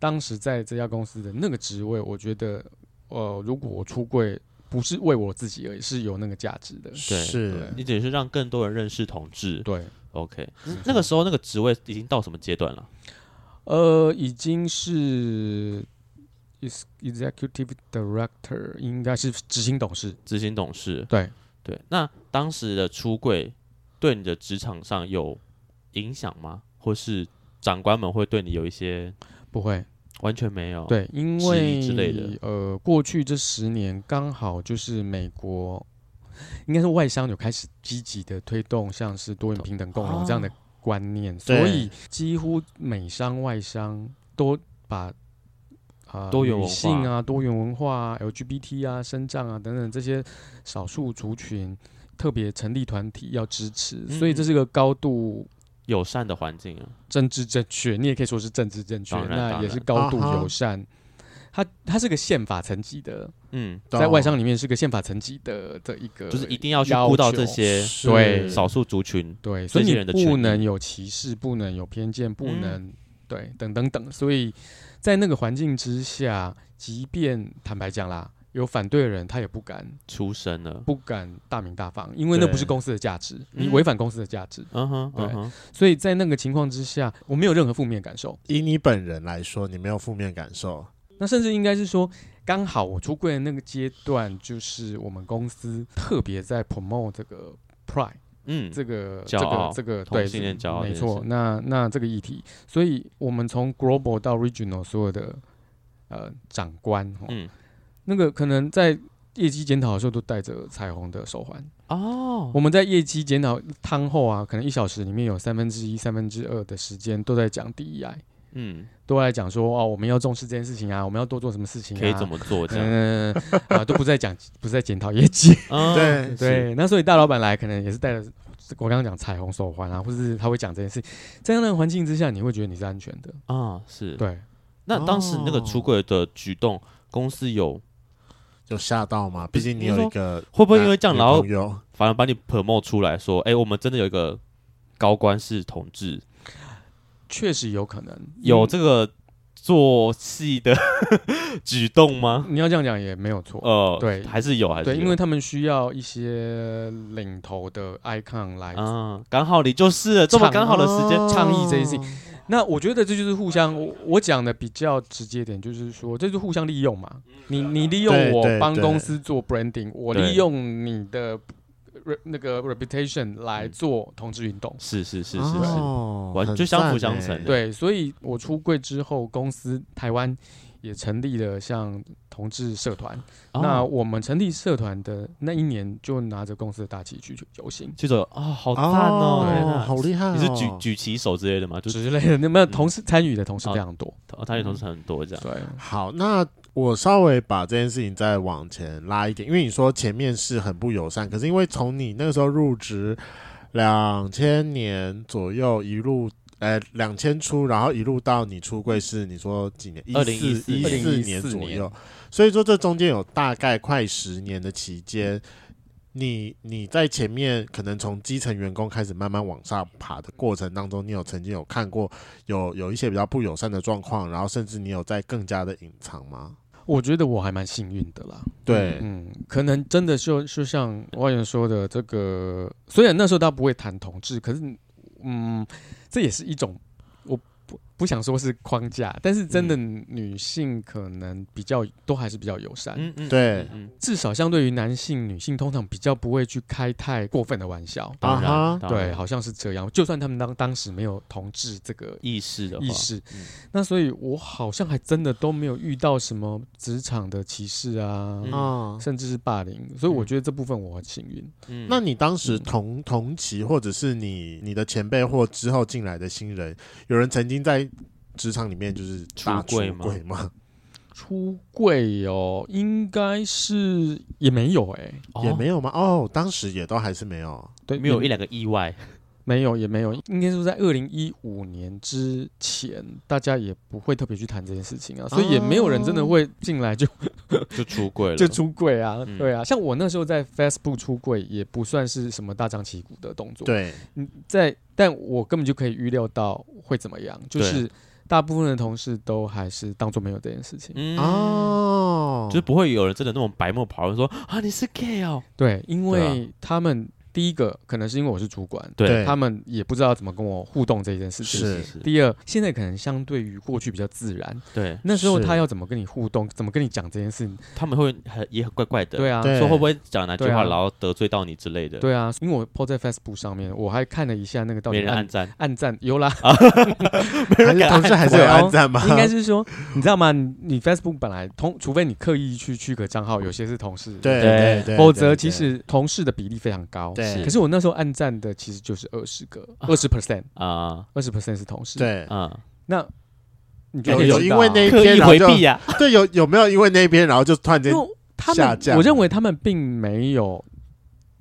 S3: 当时在这家公司的那个职位，我觉得，呃，如果我出柜，不是为我自己而已，是有那个价值的。
S1: 是
S3: 对
S2: 你只是让更多人认识同志。
S3: 对，
S2: OK，那个时候那个职位已经到什么阶段了？
S3: 呃，已经是 ex- executive director，应该是执行董事。
S2: 执行董事。
S3: 对，
S2: 对，那当时的出柜对你的职场上有影响吗？或是长官们会对你有一些
S3: 不会，
S2: 完全没有？，
S3: 对，因
S2: 质
S3: 为
S2: 疑哦之类的
S3: 呃，过去这十年刚好就是美国，应该是外商有开始积极的推动像是多元平等共荣这样的
S2: 哦
S3: 观念，所
S1: 对
S3: 以几乎美商外商都把。啊、
S2: 多元文
S3: 女
S2: 化
S3: 性啊，多元文化啊，LGBT 啊，生障啊等等这些少数族群特别成立团体要支持，所以这
S2: 嗯
S3: 是个高度
S2: 友善的环境啊。
S3: 政治正确，你也可以说是政治正确，
S2: 当然当
S3: 那
S2: 然
S3: 也是高度
S1: 啊哈
S3: 友善。它它是个宪法层级的，
S2: 嗯，
S3: 在外商
S1: 里
S3: 里面是个宪法层级的这一个，
S2: 就是一定要去顾到这些
S3: 对
S2: 少数族群。
S3: 对，所以
S2: 这些人的
S3: 你不
S2: 权利
S3: 能有歧视，不能有偏见，不
S2: 嗯
S3: 能、对等等等。所以在那个环境之下，即便坦白讲啦，有反对的人，他也不敢
S2: 出身了。
S3: 不敢大鸣大放，因为那不是
S1: 对
S3: 公司的价值，你
S2: 嗯
S3: 违反公司的价值。
S2: 嗯哼，
S3: 对
S2: 嗯哼，
S3: 所以在那个情况之下，我没有任何负面感受。
S1: 以你本人来说，你没有负面感受，
S3: 那甚至应该是说，刚好我出柜的那个阶段，就是我们公司特别在 promote 这个 pride
S2: 嗯，
S3: 这个这
S2: 骄
S3: 个
S2: 傲
S3: 这个
S2: 同
S3: 对
S2: 性恋骄傲
S3: 没
S2: 这件
S3: 错
S2: 事。
S3: 那那这个议题，所以我们从 global 到 regional 所有的呃长官，哦
S2: 嗯，
S3: 那个可能在业绩检讨的时候都戴着彩虹的手环。
S2: 哦
S3: 我，们在业绩检讨汤后啊，可能一小时里面有三分之一、三分之二的时间都在讲 DEI，
S2: 嗯，
S3: 都在讲说哦，我们要重视这件事情啊，我们要多做什么事情、啊，
S2: 可以怎么做这样？
S3: 嗯啊，都不再讲，不再检讨业绩。
S2: 嗯，
S1: 对
S2: 是，
S3: 对，那所以大老板来可能也是带着我刚刚讲彩虹手环啊，或者是他会讲这件事，在那样的环境之下，你会觉得你是安全的。
S2: 啊，是。
S3: 对，
S2: 那当时那个出柜的举动，公司有
S1: 有吓到吗？毕竟你有一个
S2: 会不会因为这样，
S1: 男
S2: 然后
S1: 女朋友
S2: 反而把你 promote 出来说，哎、我们真的有一个高官是同志，
S3: 确实有可能
S2: 有、这个做戏的 举动吗？
S3: 嗯你要这样讲也没有错。
S2: 呃，
S3: 对
S2: 还是有，还是
S3: 对，
S2: 有
S3: 因为他们需要一些领头的 icon 来
S2: 啊，刚好你就是了这么
S3: 唱
S2: 刚好的时间，
S1: 哦
S3: 倡议这件事情。那我觉得这就是互相，我我讲的比较直接点，就是说这就是互相利用嘛。你你利用
S1: 嗯对啊
S3: 我
S1: 对
S3: 帮
S1: 对
S3: 公司做 branding，我
S2: 对
S3: 利用你的 re- 那个 reputation 来做同志运动。
S2: 是是是是是，
S1: 哦
S2: 完
S1: 很
S2: 就相辅
S1: 赞
S2: 相
S1: 欸
S2: 成
S3: 对，所以我出柜之后，公司台湾也成立了像同志社团。
S2: 哦
S3: 那我们成立社团的那一年，就拿着公司的大旗去游行
S2: 记者啊，好赞哦，天哪
S1: 好厉害哦！
S2: 你是举举旗手之类的吗？就是哦
S3: 之类的。那么同事参与的同事非常多，
S2: 啊他他也同事很多这样，
S3: 对。
S1: 好，那我稍微把这件事情再往前拉一点，因为你说前面是很不友善，可是因为从你那个时候入职，两千年左右一路，呃，两千出，然后一路到你出柜是你说几年？一四
S2: 2014
S1: 一四
S3: 年
S1: 年左右，所以说这中间有大概快十年的期间。你你在前面可能从基层员工开始慢慢往上爬的过程当中，你有曾经有看过有有一些比较不友善的状况，然后甚至你有在更加的隐藏吗？
S3: 我觉得我还蛮幸运的啦。
S1: 对，
S3: 嗯，可能真的就就像外援说的，这个虽然那时候大家不会谈同志，可是嗯，这也是一种我不不想说是框架，但是真的女性可能比较都还是比较友善，
S2: 嗯嗯，
S1: 对
S2: 嗯嗯，
S3: 至少相对于男性，女性通常比较不会去开太过分的玩笑。
S2: 当然
S1: 啊哈，
S2: 当然
S3: 对，好像是这样。就算他们当当时没有同志这个
S2: 意识的话
S3: 意，识。
S2: 嗯
S3: 那所以，我好像还真的都没有遇到什么职场的歧视啊，
S2: 嗯
S1: 啊，
S3: 甚至是霸凌，所以我
S2: 嗯
S3: 觉得这部分我很幸运。
S2: 嗯
S1: 那你当时同同期，或者是你你的前辈或之后进来的新人，有人曾经在职场里面就是大
S2: 出柜吗
S1: 柜吗？
S3: 出柜哦，应该是也没有哎、
S1: 也
S2: 哦
S1: 没有吗？哦，当时也都还是没有。
S3: 对，
S2: 没有
S3: 也
S2: 一两个意外，
S3: 没有也没有，应该是在二零一五年之前，大家也不会特别去谈这件事情
S2: 哦
S3: 啊，所以也没有人真的会进来就、
S2: 就出柜了，
S3: 就出柜啊，
S2: 嗯
S3: 对啊，像我那时候在 Facebook 出柜，也不算是什么大张旗鼓的动作，
S1: 对，
S3: 嗯，在，但我根本就可以预料到会怎么样，就
S2: 对
S3: 是大部分的同事都还是当做没有这件事情。
S2: 嗯
S1: 哦，
S2: 就是不会有人真的那种白目跑来说啊你是 gay 哦，
S3: 对，因
S2: 对啊
S3: 为他们第一个可能是因为我是主管，
S1: 对
S3: 他们也不知道怎么跟我互动这件事情。
S1: 是
S2: 是，
S3: 第二，现在可能相对于过去比较自然，
S2: 对
S3: 那时候
S1: 是
S3: 他要怎么跟你互动，怎么跟你讲这件事，
S2: 他们会很也很怪怪的，
S3: 对啊，
S1: 对
S2: 说会不会讲哪句
S3: 对啊
S2: 话然后得罪到你之类的，，
S3: 对啊，因为我 po 在 Facebook 上面，我还看了一下那个到
S2: 没
S3: 底
S2: 人按
S3: 按
S2: 赞，
S3: 按赞有 啦，
S1: 还是同事还是有
S3: 对哦
S1: 暗赞吗？
S3: 应该是说，你知道吗？你你 Facebook 本来同，除非你刻意去区隔账号，有些是同事，
S1: 对
S2: 对
S1: 对对，
S3: 否
S1: 对
S3: 则
S1: 对
S3: 其实同事的比例非常高。
S1: 对
S2: 是
S3: 可是我那时候按赞的其实就是二十个，二十 percent，
S2: 啊
S3: 二十 percent 是同事。，
S1: 对。
S2: 啊，
S3: 那你就
S1: 有
S3: 可以
S1: 有
S3: 知
S1: 因
S3: 道
S1: 为
S3: 啊
S1: 那一
S2: 刻
S1: 篇
S2: 意
S1: 然后
S2: 回
S1: 就
S2: 避呀，
S1: 对有有没有因为那边然后就突然间
S3: 因为他
S1: 下
S3: 们
S1: 降，
S3: 我认为他们并没有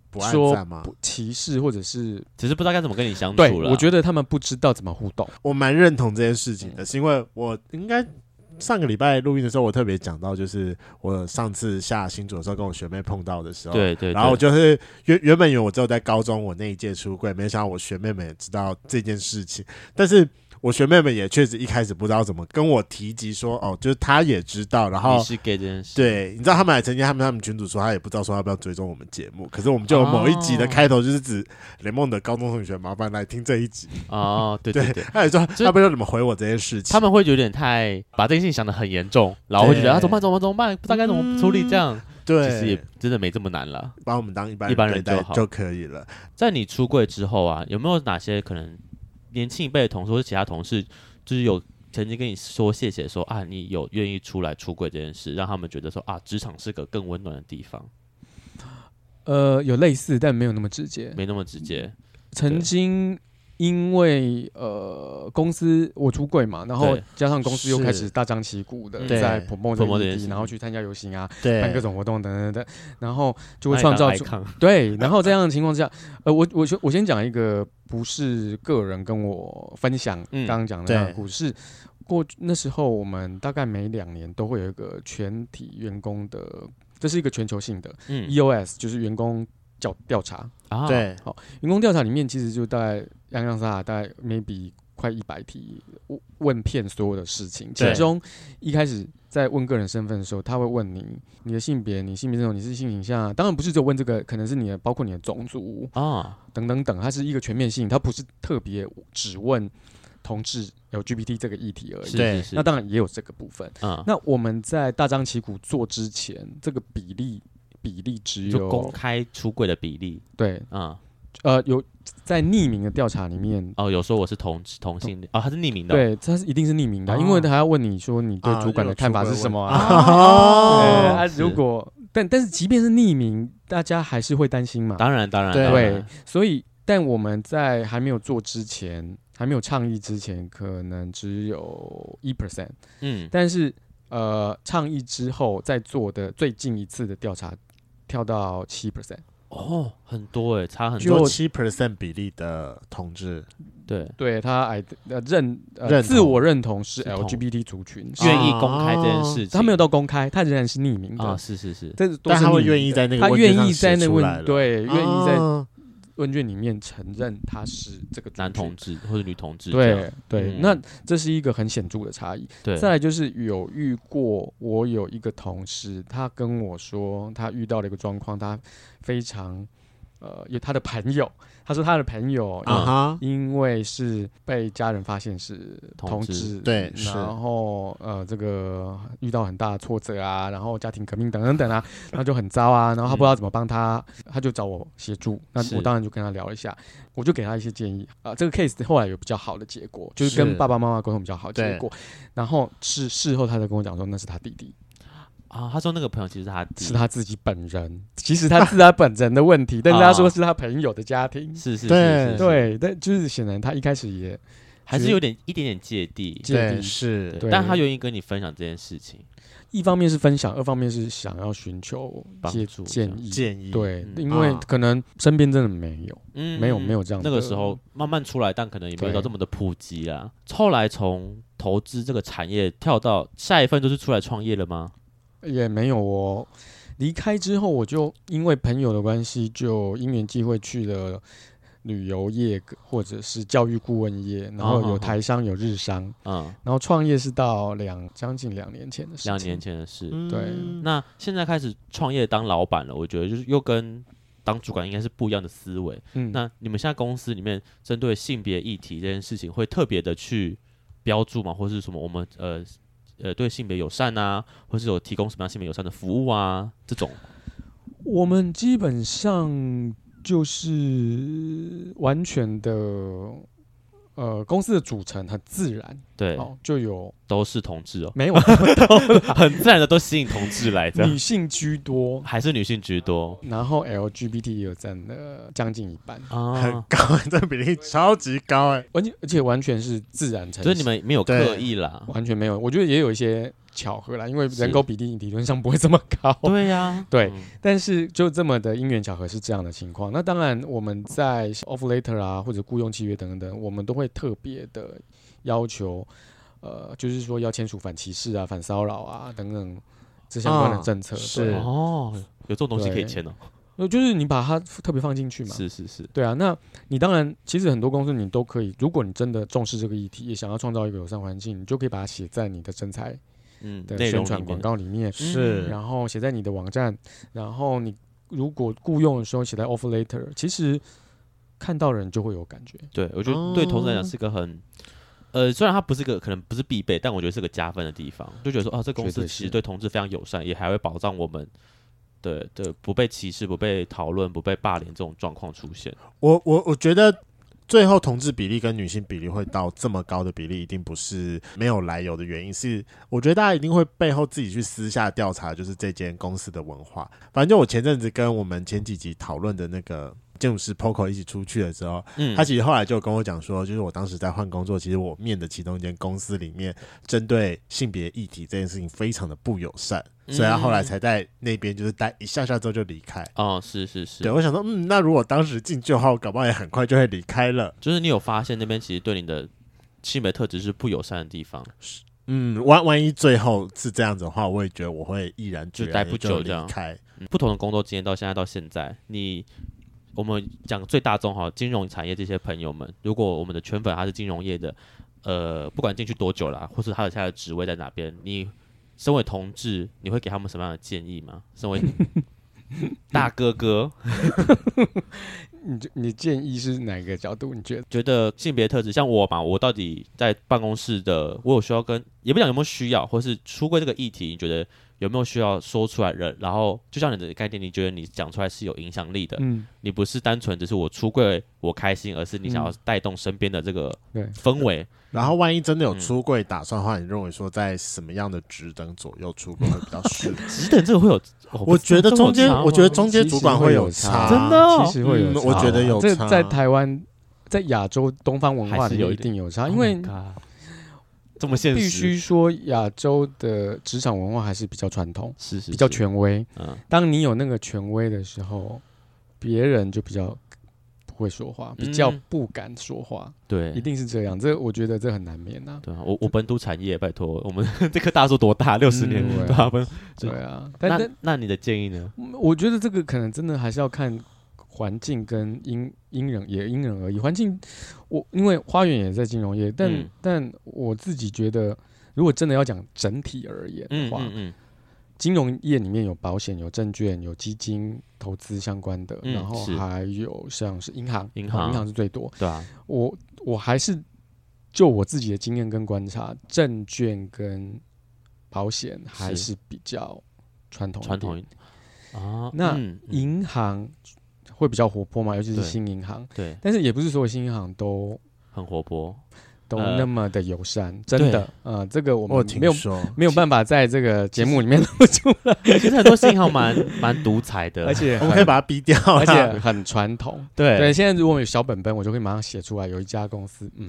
S1: 不暗
S3: 说
S1: 赞吗？
S3: 不歧视或者是
S2: 只是不知道该怎么跟你相
S3: 对，
S2: 处了，
S3: 我觉得他们不知道怎么互动。
S1: 我蛮认同这件事情
S2: 嗯
S1: 的，是因为我应该上个礼拜录音的时候，我特别讲到，就是我上次下新组的时候，跟我学妹碰到的时候，，
S2: 对对，
S1: 然后我
S2: 对
S1: 就是原原本以为我只有在高中我那一届出柜，没想到我学妹们也知道这件事情，但是。我学妹们也确实一开始不知道怎么跟我提及说，哦，就是她也知道，然
S2: 你
S1: 后
S2: 嗯是 gay 这件事，
S1: 对，你知道他们还曾经他们他们群主说他也不知道说要不要追踪我们节目，可是我们就有某一集的
S2: 哦
S1: 开头就是指雷梦的高中同学，麻烦来听这一集，
S2: 哦，对
S1: 对
S2: 对对。
S1: 他也说
S2: 就是
S1: 他不知道怎么回我这件事情，
S2: 他们会有点太把这件事情想得很严重，然后会觉
S1: 对
S2: 得啊怎么办怎么办怎么办，不知道该怎么处理这
S3: 嗯
S2: 样。
S1: 对，
S2: 其实也真的没这么难了。
S1: 把我们当一般
S2: 一般人
S1: 对待
S2: 就好
S1: 就可以了。
S2: 在你出柜之后啊，有没有哪些可能年轻一辈的同事或者其他同事，就是有曾经跟你说谢谢说啊，你有愿意出来出柜这件事，让他们觉得说啊，职场是个更温暖的地方，
S3: 呃，有类似，但没有那么直接。
S2: 没那么直接。
S3: 曾经因为呃公司我出柜嘛，然后
S2: 对
S3: 加上公司又开始
S1: 是
S3: 大张旗鼓的
S2: 嗯
S3: 在
S1: 对
S3: promote 这
S2: promote
S3: 个
S2: 这件
S3: 议
S2: 事
S3: 题，
S2: 情
S3: 然后去参加游行啊，办各
S1: 对，
S3: 种活动等等等等，然后就会创造出
S2: 出
S3: 对，然后这样的情况下， 呃，我我先我先讲一个不是个人跟我分享
S2: 嗯
S3: 刚刚讲的那
S1: 对
S3: 个故事。是过那时候，我们大概每两年都会有一个全体员工的，这是一个全球性的
S2: 嗯
S3: EOS，就是员工调调查。
S2: 啊，
S1: 对，
S3: 员工调查里面其实就大概洋洋洒洒，大概 maybe 快一百题问问遍所有的事情。
S1: 对
S3: 其中一开始在问个人身份的时候，他会问你你的性别、你性别认同、你是性倾向啊，当然不是只有问这个，可能是你的包括你的种族
S2: 啊，
S3: 等等等，它是一个全面性，它不是特别只问同志 LGBT 这个议题而
S2: 是
S3: 已。
S1: 对
S2: 是是，
S3: 那当然也有这个部分。
S2: 嗯，
S3: 那我们在大张旗鼓做之前，这个比例比例只
S2: 就公
S3: 有
S2: 开出柜的比例，
S3: 对
S2: 嗯，
S3: 呃有在匿名的调查里面
S2: 哦，有说我是同同性恋，哦，他是匿名的，，
S3: 对，他是一定是匿名的，啊因为他要问你说你对
S1: 啊
S3: 主管的看法是什么
S1: 又
S3: 啊？
S1: 有
S3: 对
S1: 哦
S3: 啊，
S2: 是
S3: 如果但但是即便是匿名，大家还是会担心嘛。
S2: 当然当然，
S1: 对
S2: 当然
S3: 对，所以但我们在还没有做之前，还没有倡议之前，可能只有一 percent，
S2: 嗯，
S3: 但是呃倡议之后再做的最近一次的调查，跳到七 percent。
S2: 哦，很多
S3: 欸
S2: 哎、差很
S1: 只
S2: 多。
S1: 有七 percent 比例的同志
S2: 对，
S3: 对他哎呃认呃
S1: 认
S3: 自我认同是
S2: 是同
S3: LGBT 族群，
S1: 是
S3: 愿
S2: 愿意公开这件事情，
S3: 啊他没有到公开，他仍然是匿名的
S2: 啊，，是是是，
S3: 这都
S1: 但
S3: 是
S1: 他会
S3: 匿名
S1: 愿意
S3: 的
S1: 在那个
S3: 他
S1: 问卷
S3: 愿
S1: 上
S3: 意
S1: 写
S3: 在
S1: 出
S3: 那
S1: 来
S3: 问
S1: 了
S3: 对愿意在
S1: 啊
S3: 问卷里面承认他是这个族
S2: 男
S3: 群
S2: 同志或者女同志这样，
S3: 对对，
S2: 嗯
S3: 那这是一个很显著的差异。
S2: 对
S3: 再来就是有遇过，我有一个同事，他跟我说他遇到了一个状况，他非常呃有他的朋友，他说他的朋友
S1: 啊哈，
S3: 因为是被家人发现是
S2: 同
S3: 同
S2: 志
S3: 志，
S1: 对是
S3: 然后呃，这个遇到很大的挫折啊，然后家庭革命等等 等啊，然后就很糟啊，然后他不知道怎么帮他，
S1: 嗯
S3: 他就找我协助，那
S2: 是
S3: 我当然就跟他聊一下，我就给他一些建议啊、呃这个 case 后来有比较好的结果，就是
S1: 是
S3: 跟爸爸妈妈沟通比较好的
S1: 对嗯
S3: 结果，然后事事后他才跟我讲说那是他弟弟，
S2: 啊，他说那个朋友其实是他弟，
S3: 是他自己本人，其实他是他本人的问题，但是
S1: 啊
S3: 他说是他朋友的家庭，
S2: 是是是
S1: 对
S2: 是是
S3: 对，但就是显然他一开始也
S2: 还是有点一点点芥蒂，
S3: 芥
S1: 对
S3: 蒂
S1: 是
S3: 对
S2: 但他愿意跟你分享这件事情，
S3: 一方面是分享，二方面是想要寻求
S2: 帮
S3: 建
S2: 助这
S3: 建
S2: 样
S3: 议。
S1: 建议
S3: 对，
S2: 嗯
S3: 因为
S1: 啊
S3: 可能身边真的没有，
S2: 嗯
S3: 没有
S2: 嗯
S3: 没有这样
S2: 那
S3: 的
S2: 个时候慢慢出来，但可能也没有
S3: 对
S2: 到这么的普及啦。后来从投资这个产业跳到下一份，就是出来创业了吗？
S3: 也没有哦。离开之后，我就因为朋友的关系，就因缘际会去了旅游业或者是教育顾问业，然后
S2: 哦哦
S3: 有
S2: 哦
S3: 台商有日商，
S2: 嗯，
S3: 然后创业是到两将近两年前的事情。
S2: 两年前的事。
S1: 嗯
S3: 对
S2: 那现在开始创业当老板了，我觉得就是又跟当主管应该是不一样的思维。
S3: 嗯，
S2: 那你们现在公司里面针对性别议题这件事情，会特别的去标注吗？或是什么我们呃呃对性别友善啊，或是有提供什么样性别友善的服务啊？这种
S3: 我们基本上就是完全的，呃，公司的组成很自然，
S2: 对，
S3: 哦，就有
S2: 都是同志哦，
S3: 没有
S2: 很自然的都吸引同志来的，
S3: 女性居多，
S2: 还是女性居多
S3: 然后 LGBT 也有占了将近一半，
S1: 很
S2: 啊。
S1: 高， 这比例超级高哎，
S3: 而且而且完全是自然成型，
S2: 所以你们没有
S1: 对
S2: 刻意啦，
S3: 完全没有，我觉得也有一些巧合啦，因为
S2: 是
S3: 人口比例理论上不会这么高，
S2: 对呀、
S3: 对
S2: 嗯
S3: 但是就这么的因缘巧合是这样的情况。那当然，我们在 off later 啊，或者雇佣契约等等等，我们都会特别的要求，呃，就是说要签署反歧视啊、反骚扰啊等等这相关的
S1: 啊
S3: 政策。对
S1: 是
S2: 哦，有这种东西可以签哦，
S3: 呃就是你把它特别放进去嘛。
S2: 是是是，
S3: 对啊，那你当然，其实很多公司你都可以，如果你真的重视这个议题，也想要创造一个友善环境，你就可以把它写在你的征才
S2: 嗯，
S3: 的
S2: 内
S3: 宣
S2: 容里
S3: 传广
S2: 面
S3: 告里面，
S1: 是
S3: 然后写在你的网站，然后你如果雇佣的时候写在 offer letter，其实看到人就会有感觉。
S2: 对，我觉得对投资人来讲
S1: 哦
S2: 是一个很，呃，虽然它不是个可能不是必备，但我觉得是个加分的地方，就觉得说啊，这公
S3: 绝
S2: 司
S3: 对
S2: 其实
S3: 是
S2: 对同志非常友善，也还会保障我们的的不被歧视、不被讨论、不被霸凌这种状况出现。
S1: 我我我觉得最后同志比例跟女性比例会到这么高的比例，一定不是没有来由的原因，是我觉得大家一定会背后自己去私下调查，就是这间公司的文化。反正就我前阵子跟我们前几集讨论的那个。建筑师 Poco 一起出去了之后，
S2: 嗯，
S1: 他其实后来就跟我讲说，就是我当时在换工作，其实我面的其中一间公司里面，针对性别议题这件事情非常的不友善，所以他后
S2: 嗯
S1: 来才在那边就是待一下下之后就离开。
S2: 哦，是是是
S1: 对，，我想说，嗯，那如果当时进去的话，我搞不好也很快就会离开了。
S2: 就是你有发现那边其实对你的性别特质是不友善的地方，
S1: 嗯，万万一最后是这样子的话，我也觉得我会毅然决
S2: 就
S1: 然
S2: 待
S1: 地
S2: 不
S1: 就
S2: 久这
S1: 离
S2: 样
S1: 开。
S2: 嗯不同的工作经验到现在到现在，你我们讲最大众哈，金融产业这些朋友们，如果我们的圈粉他是金融业的，呃，不管进去多久啦，或是他的现在的职位在哪边，你身为同志，你会给他们什么样的建议吗？身为大哥哥，
S3: 你就你建议是哪个角度？你觉得？
S2: 觉得性别特质像我嘛，我到底在办公室的，我有需要跟，也不讲有没有需要，或是出柜这个议题，你觉得有没有需要说出来人？然后就像你的概念，你觉得你讲出来是有影响力的，
S3: 嗯，
S2: 你不是单纯只是我出柜我开心，而是你想要
S3: 嗯
S2: 带动身边的这个
S3: 对
S2: 氛围。
S1: 然后万一真的有
S2: 嗯
S1: 出柜打算的话，你认为说在什么样的职等左右出柜会比较适合？
S2: 职等这个会有，哦
S1: 我觉得中间
S2: 这个有差啊吗，
S1: 我觉得中间
S3: 其实
S1: 主管
S3: 会
S1: 有
S3: 有
S1: 差，
S3: 差
S2: 真的哦
S3: 其实会有
S1: 嗯
S3: 差、
S1: 我觉得有
S3: 这
S1: 差
S3: 在台湾，在亚洲东方文化
S2: 还是
S3: 里
S2: 有
S3: 面
S2: 一
S3: 一
S2: 点
S3: 定有差，
S2: Oh
S3: 因为
S2: my God，这么现实，
S3: 必须说亚洲的职场文化还是比较传统，
S2: 是是
S3: 比较
S2: 是
S3: 权威。
S2: 嗯，
S3: 当你有那个权威的时候，别人就比较不会说话，比较
S2: 嗯
S3: 不敢说话，
S2: 对，
S3: 一定是这样。这我觉得这很难免呐、
S2: 对啊，我我本土产业，拜托，我们 这棵大树多大，六十年，
S3: 嗯
S2: 对啊，本这
S3: 对啊，但
S2: 那
S3: 但嗯
S2: 那你的建议呢？
S3: 我觉得这个可能真的还是要看环境跟因因人也因人而异。环境，我因为花园也在金融业，但、
S2: 嗯
S3: 但我自己觉得，如果真的要讲整体而言的
S2: 嗯
S3: 话，
S2: 嗯嗯，
S3: 金融业里面有保险、有证券、有基金投资相关的，
S2: 嗯
S3: 然后
S2: 是
S3: 还有像是银行，
S2: 银行
S3: 银行是最多。
S2: 对啊，
S3: 我我还是就我自己的经验跟观察，证券跟保险还
S2: 是
S3: 是比较传统一点
S2: 传统一啊，
S3: 那
S2: 嗯嗯
S3: 银行会比较活泼嘛，尤其是
S2: 对
S3: 新银行，
S2: 对
S3: 但是也不是所有新银行都
S2: 很活泼，
S3: 都
S2: 呃
S3: 那么的友善，真的，呃，这个
S1: 我
S3: 我
S1: 有
S3: 们没
S1: 听
S3: 有
S1: 说，
S3: 没有办法在这个节目里面露出，
S2: 其实很多信号蛮蛮独裁的，
S3: 而且
S1: 我们可以把它逼掉啊啦，
S3: 而且很传统。
S2: 对
S3: 对，现在如果有小本本，我就会马上写出来。有一家公司，嗯，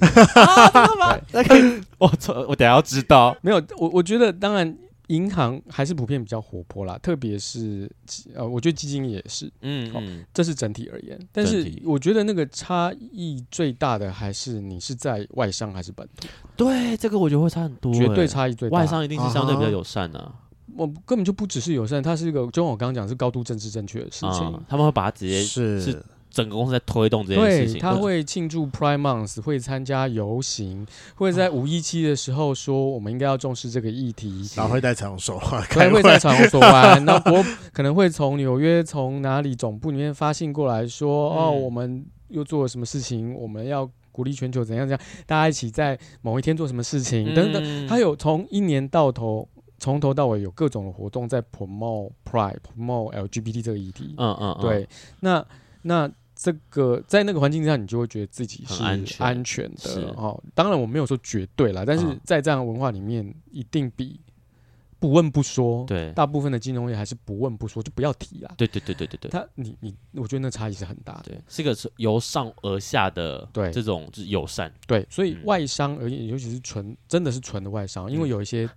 S2: 我操我等下要知道，
S3: 没有，我我觉得当然银行还是普遍比较活泼啦，特别是呃，我觉得基金也是，
S2: 嗯
S3: 哦
S2: 嗯，
S3: 这是整体而言。但
S2: 整
S3: 是
S2: 体
S3: 我觉得那个差异最大的还是你是在外商还是本土，
S2: 对，这个我觉得会差很多欸，
S3: 绝对差异最大。
S2: 外商一定是相对比
S1: 啊
S2: 较
S1: 哈
S2: 友善啊，
S3: 我根本就不只是友善，它是一个，就像我刚刚讲，是高度政治正确的事情。
S2: 啊，他们会把它直接
S1: 是
S2: 是整个公司在推动这件事
S3: 对，
S2: 情，
S3: 他
S2: 或者
S3: 会庆祝 Prime Month，会参加游行，会
S2: 啊
S3: 在五一期的时候说我们应该要重视这个议题，
S1: 然后会在彩虹手啊环
S3: 可
S1: 开
S3: 能
S1: 会
S3: 会，在彩虹所湾，那国可能会从纽约从哪里总部里面发信过来说，哦，
S2: 嗯
S3: 我们又做了什么事情，我们要鼓励全球怎样怎样，大家一起在某一天做什么事情等等。
S2: 嗯
S3: 他有从一年到头，从头到尾有各种的活动在 promote pride、promote LGBT 这个议题。
S2: 嗯嗯嗯
S3: 对，那那这个在那个环境之下，你就会觉得自己
S2: 很
S3: 是
S2: 安全
S3: 安全的
S2: 是
S3: 哦。当然，我没有说绝对啦，但是
S2: 嗯
S3: 在这样的文化里面，一定比不问不说，
S2: 对
S3: 大部分的金融业还是不问不说，就不要提啦。
S2: 对对对对对对。
S3: 他，你你，我觉得那差异是很大的。
S2: 对，是个是由上而下的
S3: 对
S2: 这种就是友善
S3: 对，所以
S2: 嗯
S3: 外商而言，尤其是纯真的是纯的外商，因为
S2: 嗯
S3: 有一些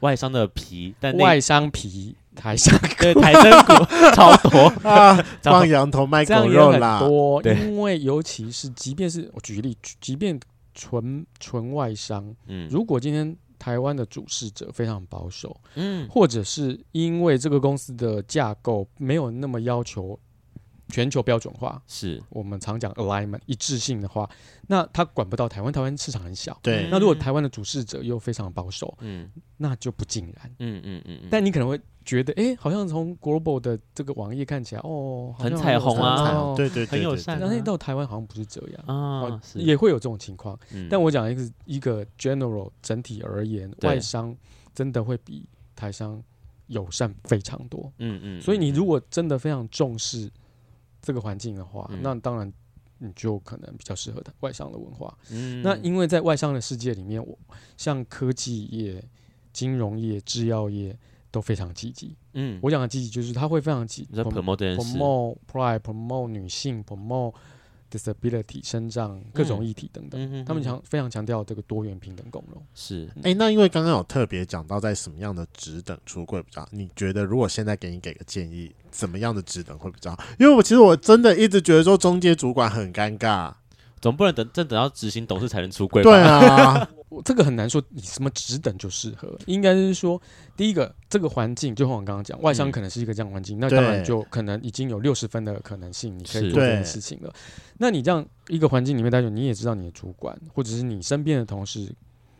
S2: 外商的皮，但那
S3: 外商皮台商
S2: 对台灯 股超多，
S1: 啊，
S2: 糟糕
S1: 放羊头卖
S3: 这样
S1: 狗
S3: 也
S1: 肉
S3: 很
S1: 啦，
S3: 多，
S2: 对
S3: 因为尤其是即便是我举例，即便纯纯外商，
S2: 嗯
S3: 如果今天台湾的主事者非常保守，
S2: 嗯
S3: 或者是因为这个公司的架构没有那么要求全球标准化，
S2: 是
S3: 我们常讲 alignment 一致性的话，那他管不到台湾，台湾市场很小。
S1: 对，
S3: 那如果台湾的主事者又非常保守，
S2: 嗯
S3: 那就不尽然。
S2: 嗯嗯嗯嗯，
S3: 但你可能会觉得，哎、好像从 global 的这个网页看起来，哦，好
S2: 很
S3: 像
S2: 彩虹啊
S3: 很
S1: 彩
S3: 彩
S1: 虹
S3: 虹
S1: 对对对，
S2: 很友
S1: 对
S2: 善
S3: 但是到台湾好像不是这样，
S2: 啊
S3: 哦
S2: 是，
S3: 也会有这种情况。
S2: 嗯
S3: 但我讲一个一个 general 整体而言，
S2: 对
S3: 外商真的会比台商友善非常多。
S2: 嗯嗯，
S3: 所以你
S2: 嗯
S3: 如果真的非常重视这个环境的话，
S2: 嗯
S3: 那当然你就可能比较适合台外商的文化。
S2: 嗯
S3: 那因为在外商的世界里面，我像科技业、金融业、制药业都非常积极。
S2: 嗯
S3: 我讲的积极就是它会非常积极
S2: 你在 promote 这件事，
S3: promote pride、promote 女性、promote disability 生长各种议题等等。
S2: 嗯嗯
S3: 他们
S2: 嗯
S3: 强非常强调这个多元平等共荣。
S2: 是
S1: 哎、那因为刚刚有特别讲到在什么样的职等出柜比较好，你觉得如果现在给你给个建议，怎么样的职等会比较好？因为我其实我真的一直觉得说中介主管很尴尬，
S2: 总不能等真等到执行董事才能出柜吧？
S1: 对啊，
S3: 我这个很难说你什么职等就适合，应该是说第一个这个环境，就像我刚刚讲，外商
S2: 嗯
S3: 可能是一个这样的环境，那
S1: 对
S3: 当然就可能已经有六十分的可能性，你可
S2: 是
S3: 以做这
S1: 对
S3: 件事情了。那你这样一个环境里面待久，你也知道你的主管或者是你身边的同事，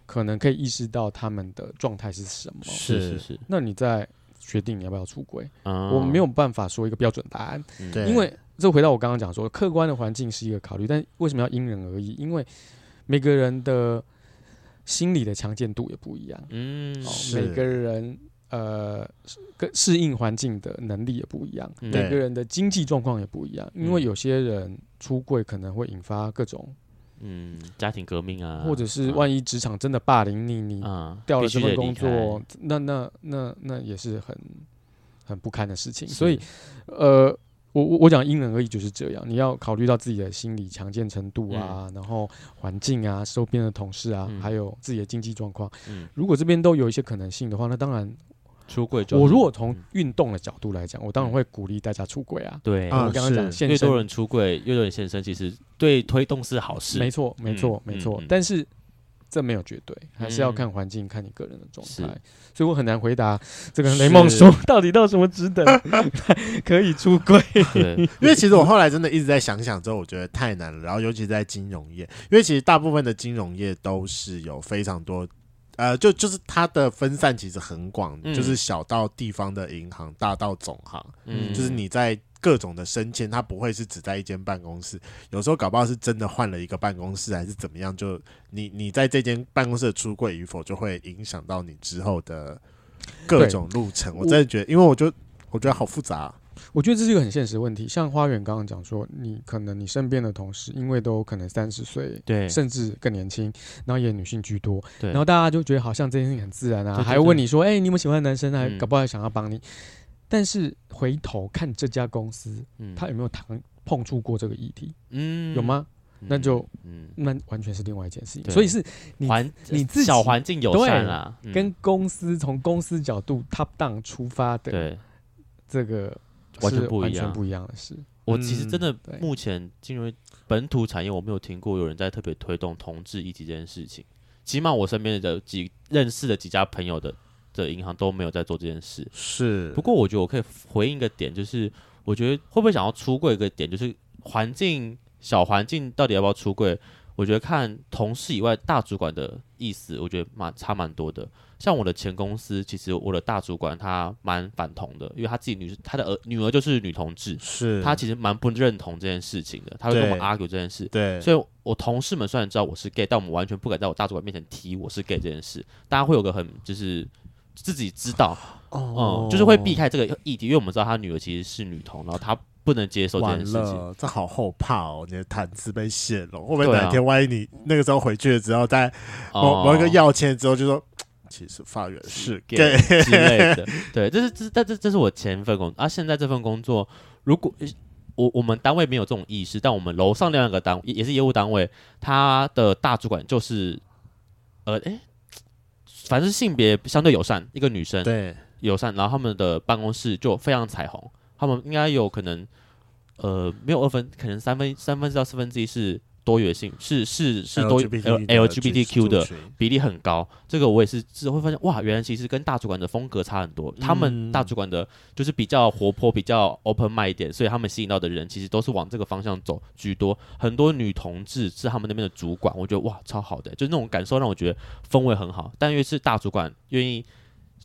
S3: 可能可以意识到他们的状态是什么，
S2: 是是
S1: 是
S2: 是，
S3: 那你再决定你要不要出轨。
S2: 啊
S3: 我没有办法说一个标准答案，
S2: 嗯
S1: 对
S3: 因为这回到我刚刚讲说，客观的环境是一个考虑，但为什么要因人而异？因为每个人的心理的强健度也不一样，
S2: 嗯
S3: 哦
S1: 是
S3: 每个人呃跟适应环境的能力也不一样，
S2: 嗯
S3: 每个人的经济状况也不一样，因为有些人出柜可能会引发各种，
S2: 嗯家庭革命啊，
S3: 或者是
S2: 啊
S3: 万一职场真的霸凌你，你
S2: 啊
S3: 掉了
S2: 必须
S3: 这份
S2: 得离
S3: 工
S2: 开
S3: 作，那那那那也是很很不堪的事情，
S2: 是
S3: 所以呃，我我我讲因人而异就是这样，你要考虑到自己的心理强健程度啊，然后环境啊、周边的同事啊，
S2: 嗯
S3: 还有自己的经济状况。
S2: 嗯
S3: 如果这边都有一些可能性的话，那当然，
S2: 出柜就
S3: 我如果从
S2: 嗯
S3: 运动的角度来讲，我当然会鼓励大家出轨啊。
S2: 对
S1: 啊
S3: 我刚刚讲
S1: 是
S3: 现
S2: 越
S3: 身
S2: 多人出柜，越多人现身，其实对推动是好事。
S3: 没错，没错，
S2: 嗯
S3: 没错
S2: 嗯嗯。
S3: 但是这没有绝对，还是要
S2: 嗯
S3: 看环境，看你个人的状
S2: 是
S3: 态。所以我很难回答这个
S2: 是
S3: 雷梦说 到底到什么值得 可以出轨。
S2: 对，
S1: 因为其实我后来真的一直在想想之后，我觉得太难了。然后尤其在金融业，因为其实大部分的金融业都是有非常多，呃，就就是它的分散其实很广，
S2: 嗯
S1: 就是小到地方的银行，大到总行，
S2: 嗯，
S1: 就是你在。各种的升迁，它不会是只在一间办公室，有时候搞不好是真的换了一个办公室，还是怎么样？就你你在这间办公室的出柜与否，就会影响到你之后的各
S3: 对
S1: 种路程。我
S3: 我
S1: 真的觉得，因为我就我觉得好复杂、啊
S3: 我觉得这是一个很现实的问题。像花园刚刚讲说，你可能你身边的同事，因为都可能三十岁。
S2: 对
S3: 甚至更年轻，然后也女性居多，
S2: 对，
S3: 然后大家就觉得好像这件事情很自然
S2: 对
S3: 啊，
S2: 对
S3: 还问你说，哎、你有没有喜欢的男生啊？还
S2: 嗯
S3: 搞不好还想要帮你。但是回头看这家公司，
S2: 嗯
S3: 他有没有谈碰触过这个议题？
S2: 嗯
S3: 有？吗？那
S2: 嗯
S3: 就
S2: 嗯，
S3: 那完全是另外一件事情。
S2: 对
S3: 所以是你
S2: 环
S3: 你自己
S2: 小环境友
S3: 对
S2: 善啦，嗯
S3: 跟公司从公司角度 top down 出发的
S2: 对
S3: 这个
S2: 完全
S3: 是
S2: 不一
S3: 完全
S2: 样
S3: 不一样的事。
S2: 我其实真的
S3: 对
S2: 目前进入本土产业，我没有听过有人在特别推动同志议题这件事情。起码我身边的几认识的几家朋友的的银行都没有在做这件事。
S1: 是
S2: 不过我觉得我可以回应一个点，就是我觉得会不会想要出柜一个点，就是环境小环境到底要不要出柜？我觉得看同事以外大主管的意思，我觉得蛮差蛮多的。像我的前公司，其实我的大主管他蛮反同的，因为他自己女他的儿女儿就是女同志，
S1: 是
S2: 他其实蛮不认同这件事情的，他会跟我们
S1: 对
S2: argue 这件事。
S1: 对，
S2: 所以，我同事们虽然知道我是 gay，但我们完全不敢在我大主管面前提我是 gay 这件事。大家会有个很就是自己知道，
S1: 哦
S2: 嗯，就是会避开这个议题，因为我们知道他女儿其实是女同，然后他不能接受这
S1: 完
S2: 件事情。
S1: 了，这好后怕哦！你的谈资被泄露，会不会
S2: 对啊
S1: 哪天万一你那个时候回去了之后，在某
S2: 哦
S1: 某一个要签之后就说，其实发源是 gay，
S2: 之类的。对，这是这是但这这是我前一份工作啊，现在这份工作，如果我我们单位没有这种意识，但我们楼上另外一个单位也也是业务单位，他的大主管就是呃诶，反正性别相对友善，一个女生
S1: 对，
S2: 友善，然后他们的办公室就非常彩虹，他们应该有可能呃没有二分，可能三分三分之到四分之一是。多元性是是是多 L LGBTQ 的，比例很高，这个我也是之后会发现，哇，原来其实跟大主管的风格差很多。
S1: 嗯
S2: 他们大主管的就是比较活泼，比较 open mind 一点，所以他们吸引到的人其实都是往这个方向走居多。很多女同志是他们那边的主管，我觉得哇，超好的，就是那种感受让我觉得氛围很好。但因为是大主管愿意。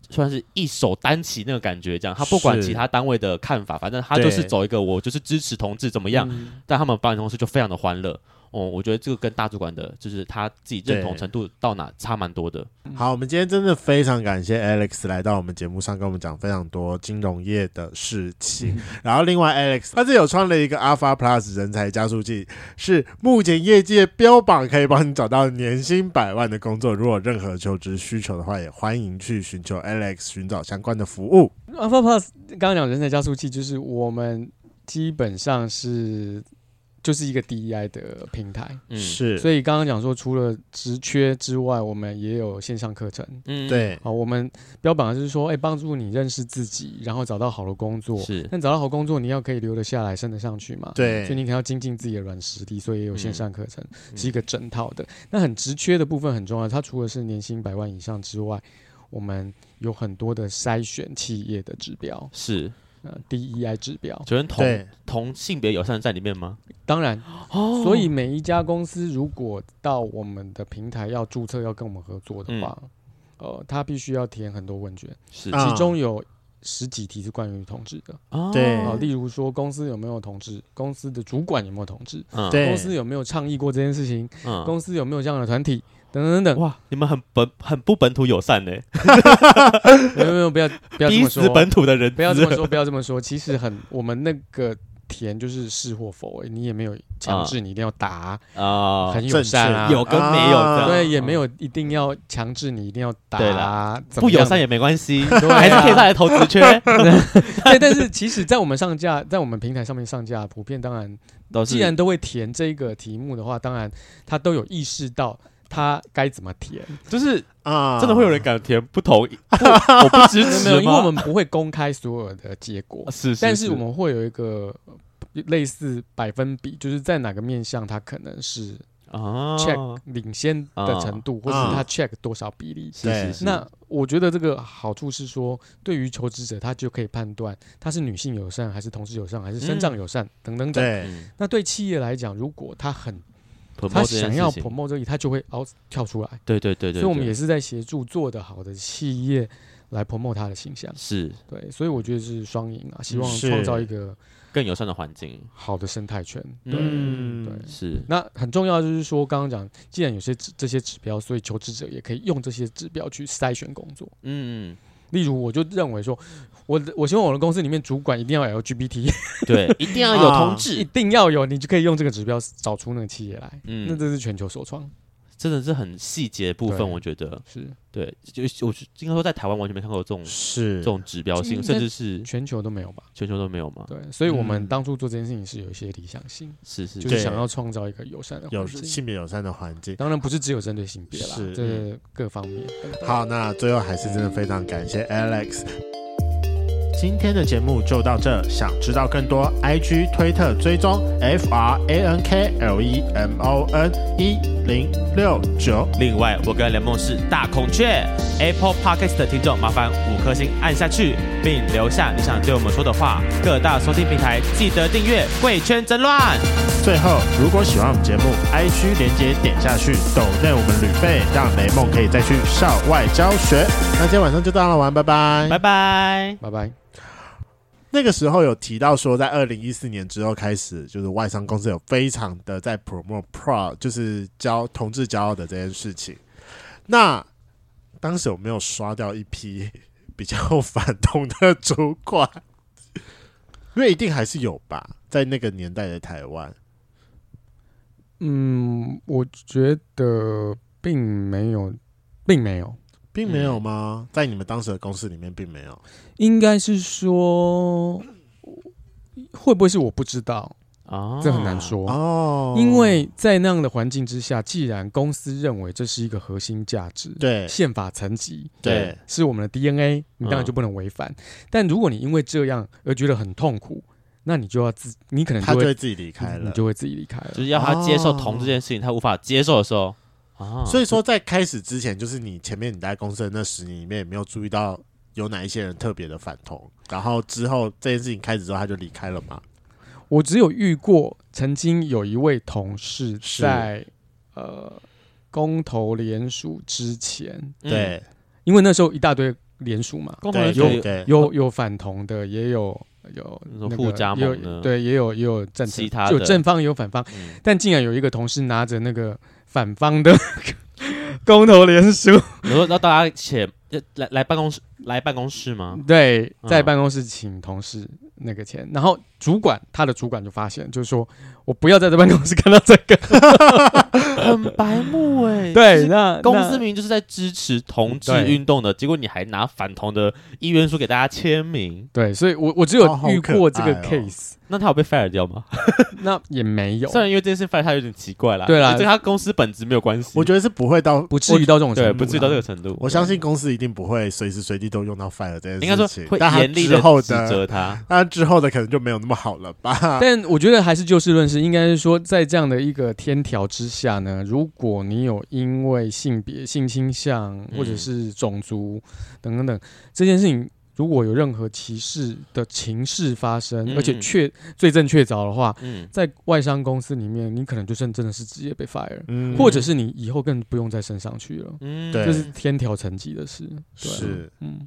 S2: 算是一手担起那个感觉，这样他不管
S1: 是
S2: 其他单位的看法，反正他就是
S1: 对
S2: 走一个我就是支持同志怎么样，
S3: 嗯
S2: 但他们办公室就非常的欢乐。哦，我觉得这个跟大主管的，就是他自己认同
S1: 对
S2: 程度到哪差蛮多的。
S1: 好，我们今天真的非常感谢 Alex 来到我们节目上，跟我们讲非常多金融业的事情。
S2: 嗯
S1: 然后另外 Alex 他自己有创了一个 Alpha Plus 人才加速器，是目前业界标榜可以帮你找到年薪百万的工作。如果有任何求职需求的话，也欢迎去寻求 Alex 寻找相关的服务。
S3: Alpha 啊 Plus 刚刚讲人才加速器，就是我们基本上是就是一个 DEI 的平台，
S2: 嗯，，
S1: 是，
S3: 所以刚刚讲说除了职缺之外，我们也有线上课程。
S2: 嗯，
S1: 对，
S3: 好，我们标榜的就是说，哎、帮助你认识自己，然后找到好的工作。
S2: 是
S3: 但找到好工作，你要可以留得下来，升得上去嘛。
S1: 对
S3: 所以你可能要精进自己的软实力，所以也有线
S2: 嗯
S3: 上课程，
S2: 嗯
S3: 是一个整套的。那很直缺的部分很重要，它除了是年薪百万以上之外，我们有很多的筛选企业的指标，
S2: 是，
S3: 呃，DEI 指标。
S2: 觉得同
S1: 对，
S2: 同性别友善在里面吗？
S3: 当然，
S2: 哦
S3: 所以每一家公司如果到我们的平台要注册要跟我们合作的话，呃，他必须要填很多问卷，
S2: 是
S1: 啊
S3: 其中有十几题是关于同志的。
S2: 哦
S1: 对
S3: 啊，例如说公司有没有同志，公司的主管有没有同志，
S2: 嗯
S1: 对
S3: 公司有没有倡议过这件事情，
S2: 嗯，
S3: 公司有没有这样的团体，等等等等。
S2: 哇，你们很本很不本土友善呢，
S3: 没有没有，不要不要这
S2: 逼
S3: 么
S2: 死
S3: 说，
S2: 本土的人，
S3: 不要这么说，不要这么说。其实很，我们那个填就是是或否、欸，你也没有强制你一定要答，
S2: 啊，
S3: 很友善
S1: 正
S3: 啊，
S1: 确
S2: 有跟没有
S1: 啊
S2: 的，
S3: 对，也没有一定要强制你一定要啊答，
S2: 对
S3: 啦，
S2: 不友善也没关系，啊
S3: 对 啊
S2: 还是可以上来投职缺，
S3: 对，但是其实，在我们上架，在我们平台上面上架，普遍当然，
S2: 都是
S3: 既然都会填这个题目的话，当然他都有意识到他该怎么填，
S2: 就是
S1: 啊，
S2: 真的会有人敢填不同意， 不我不支
S3: 没有
S2: 持
S3: 没有，因为
S2: 吗
S3: 我们不会公开所有的结果，
S2: 是，
S3: 但是我们会有一个呃类似百分比，就是在哪个面向它可能是
S2: 啊
S3: check 领先的程度，或
S1: 啊
S3: 是它 check 多少比例。
S2: 是
S1: 对
S2: 是是，
S3: 那我觉得这个好处是说，对于求职者，他就可以判断他是女性友善，还是同事友善，还是身障友善、等等等。
S1: 对，
S2: 嗯
S3: 那对企业来讲，如果他很
S2: promote
S3: 他
S2: 这件
S3: 想要
S2: 事情
S3: promote 这里，他就会哦跳出来。
S2: 对对对对，
S3: 所以我们
S2: 对
S3: 也是在协助做得好的企业来 promote 他的形象。
S2: 是
S3: 对，所以我觉得是双赢啊，希望
S1: 是
S3: 创造一个
S2: 更友善的环境，
S3: 好的生态圈。对、
S2: 嗯
S3: 对。
S2: 是
S3: 那很重要就是说，刚刚讲，既然有些指这些指标，所以求职者也可以用这些指标去筛选工作。
S2: 嗯嗯
S3: 例如，我就认为说，我的我希望我的公司里面主管一定要有 LGBT，
S2: 对，一定要有同
S3: 啊一
S2: 志，
S3: 定要有，你就可以用这个指标找出那个企业来。那
S2: 嗯，
S3: 这是全球首创，
S2: 真的是很细节的部分，
S3: 对
S2: 我觉得
S3: 是
S2: 对，就我应该说在台湾完全没看过这种
S1: 是
S2: 这种指标性，
S3: 应该
S2: 甚至是
S3: 全球都没有吧？
S2: 全球都没有嘛，
S3: 对，所以我们
S1: 嗯
S3: 当初做这件事情是有一些理想性，
S2: 是是
S3: 就是是想要创造一个友善的
S1: 有
S3: 环境。
S1: 性别友善的环境。
S3: 当然不是只有针对性别啦，
S1: 是
S3: 这是各方面。
S1: 好，那最后还是真的非常感谢 Alex。今天的节目就到这，想知道更多，IG、推特追踪 F R A N K L E M O N 一零六九。
S2: 另外，我跟雷梦是大孔雀 Apple Podcast 的听众，麻烦五颗星按下去，并留下你想对我们说的话。各大收听平台记得订阅《贵圈争乱》。
S1: 最后，如果喜欢我们节目，IG 连接点下去，抖内我们旅费，让雷梦可以再去校外教学。那今天晚上就到了，玩，拜拜。
S2: 拜拜。
S3: 拜拜。
S1: 那个时候有提到说，在二零一四年之后开始，就是外商公司有非常的在 promote pro，就是教同志骄傲的这件事情。那当时有没有刷掉一批比较反动的主管？ 因为一定还是有吧，在那个年代的台湾，
S3: 嗯，我觉得并没有，并没有，
S1: 并没有吗？在你们当时的公司里面，并没有。
S3: 应该是说会不会是我不知道，
S2: 啊
S3: 这很难。说。
S1: 哦，
S3: 嗯因为在那样的环境之下，既然公司认为这是一个核心价值，
S1: 对
S3: 宪法层级
S1: 对
S3: 是我们的 DNA，你当然就不能违反。但如果你因为这样而觉得很痛苦，那你就要自，你可能
S1: 他
S3: 就
S1: 就
S3: 会
S1: 会自己离开
S3: 你
S1: 了。
S3: 就会自己离开了
S2: 就。是要他接受同这件事情，他无法接受的时候啊，
S3: 哦
S1: 所
S2: 以
S1: 以说，在开始之前，就是你前面你在公司的那十年里面，也没有注意到有哪一些人特别的反同。然后之后这件事情开始之后，他就离开了嘛。
S3: 我只有遇过，曾经有一位同事
S1: 是
S3: 在呃公投联署之前，
S2: 嗯
S1: 对，
S3: 因为那时候一大堆联署嘛，
S2: 公
S1: 对，
S2: 民
S1: 对
S2: 有
S1: 对，
S3: 有有反同的，也有有
S2: 那
S3: 那
S2: 种
S3: 个
S2: 互加
S3: 也有
S2: 盟的
S3: 对，也有也有正
S2: 其他的
S3: 有正方也有反方，
S2: 嗯
S3: 但竟然有一个同事拿着那个反方的 公投联署，
S2: 你说让大家且来来办公室来办公室吗？
S3: 对，在
S2: 嗯
S3: 办公室请同事那个钱，然后主管他的主管就发现，就是说我不要在这办公室看到这 个，
S2: 很白目哎
S3: 对，。那
S2: 公
S3: 那
S2: 司明明就是在支持同志
S3: 对
S2: 运动的，结果你还拿反同的意愿书给大家签名，
S3: 对，所以我我只有
S1: 哦好
S3: 遇
S1: 可
S3: 过这
S1: 爱
S3: 个
S1: 哦
S3: case，、
S2: 那他有被 fire 掉吗？
S3: 那也没有，
S2: 虽然因为这件事 fire 他有点奇怪啦，
S3: 对啦
S2: 这跟他公司本质没有关系。
S1: 我觉得是不会到，
S3: 不至于到这种程
S2: 对，
S3: 度，
S2: 不至于到这个。程度。
S1: 我相信公司一定不会随时随地都用到 fire 这件事情。
S2: 应该说会
S1: 但他
S2: 严厉
S1: 之
S2: 的
S1: 后
S2: 指责他。
S1: 那之后的可能就没有那么好了吧？
S3: 但我觉得还是就事论事，应该是说，在这样的一个天条之下呢，如果你有因为性别、性倾向或者
S2: 嗯
S3: 是种族等等等这件事情，如果有任何歧视的情势发生，
S2: 嗯
S3: 而且确罪证确凿的话，
S2: 嗯，
S3: 在外商公司里面，你可能就是真的是直接被 fire，、
S1: 嗯
S3: 或者是你以后更不用再升上去了，
S2: 嗯
S1: 对
S3: 这是天条层级的事。对啊
S1: 是
S3: 嗯，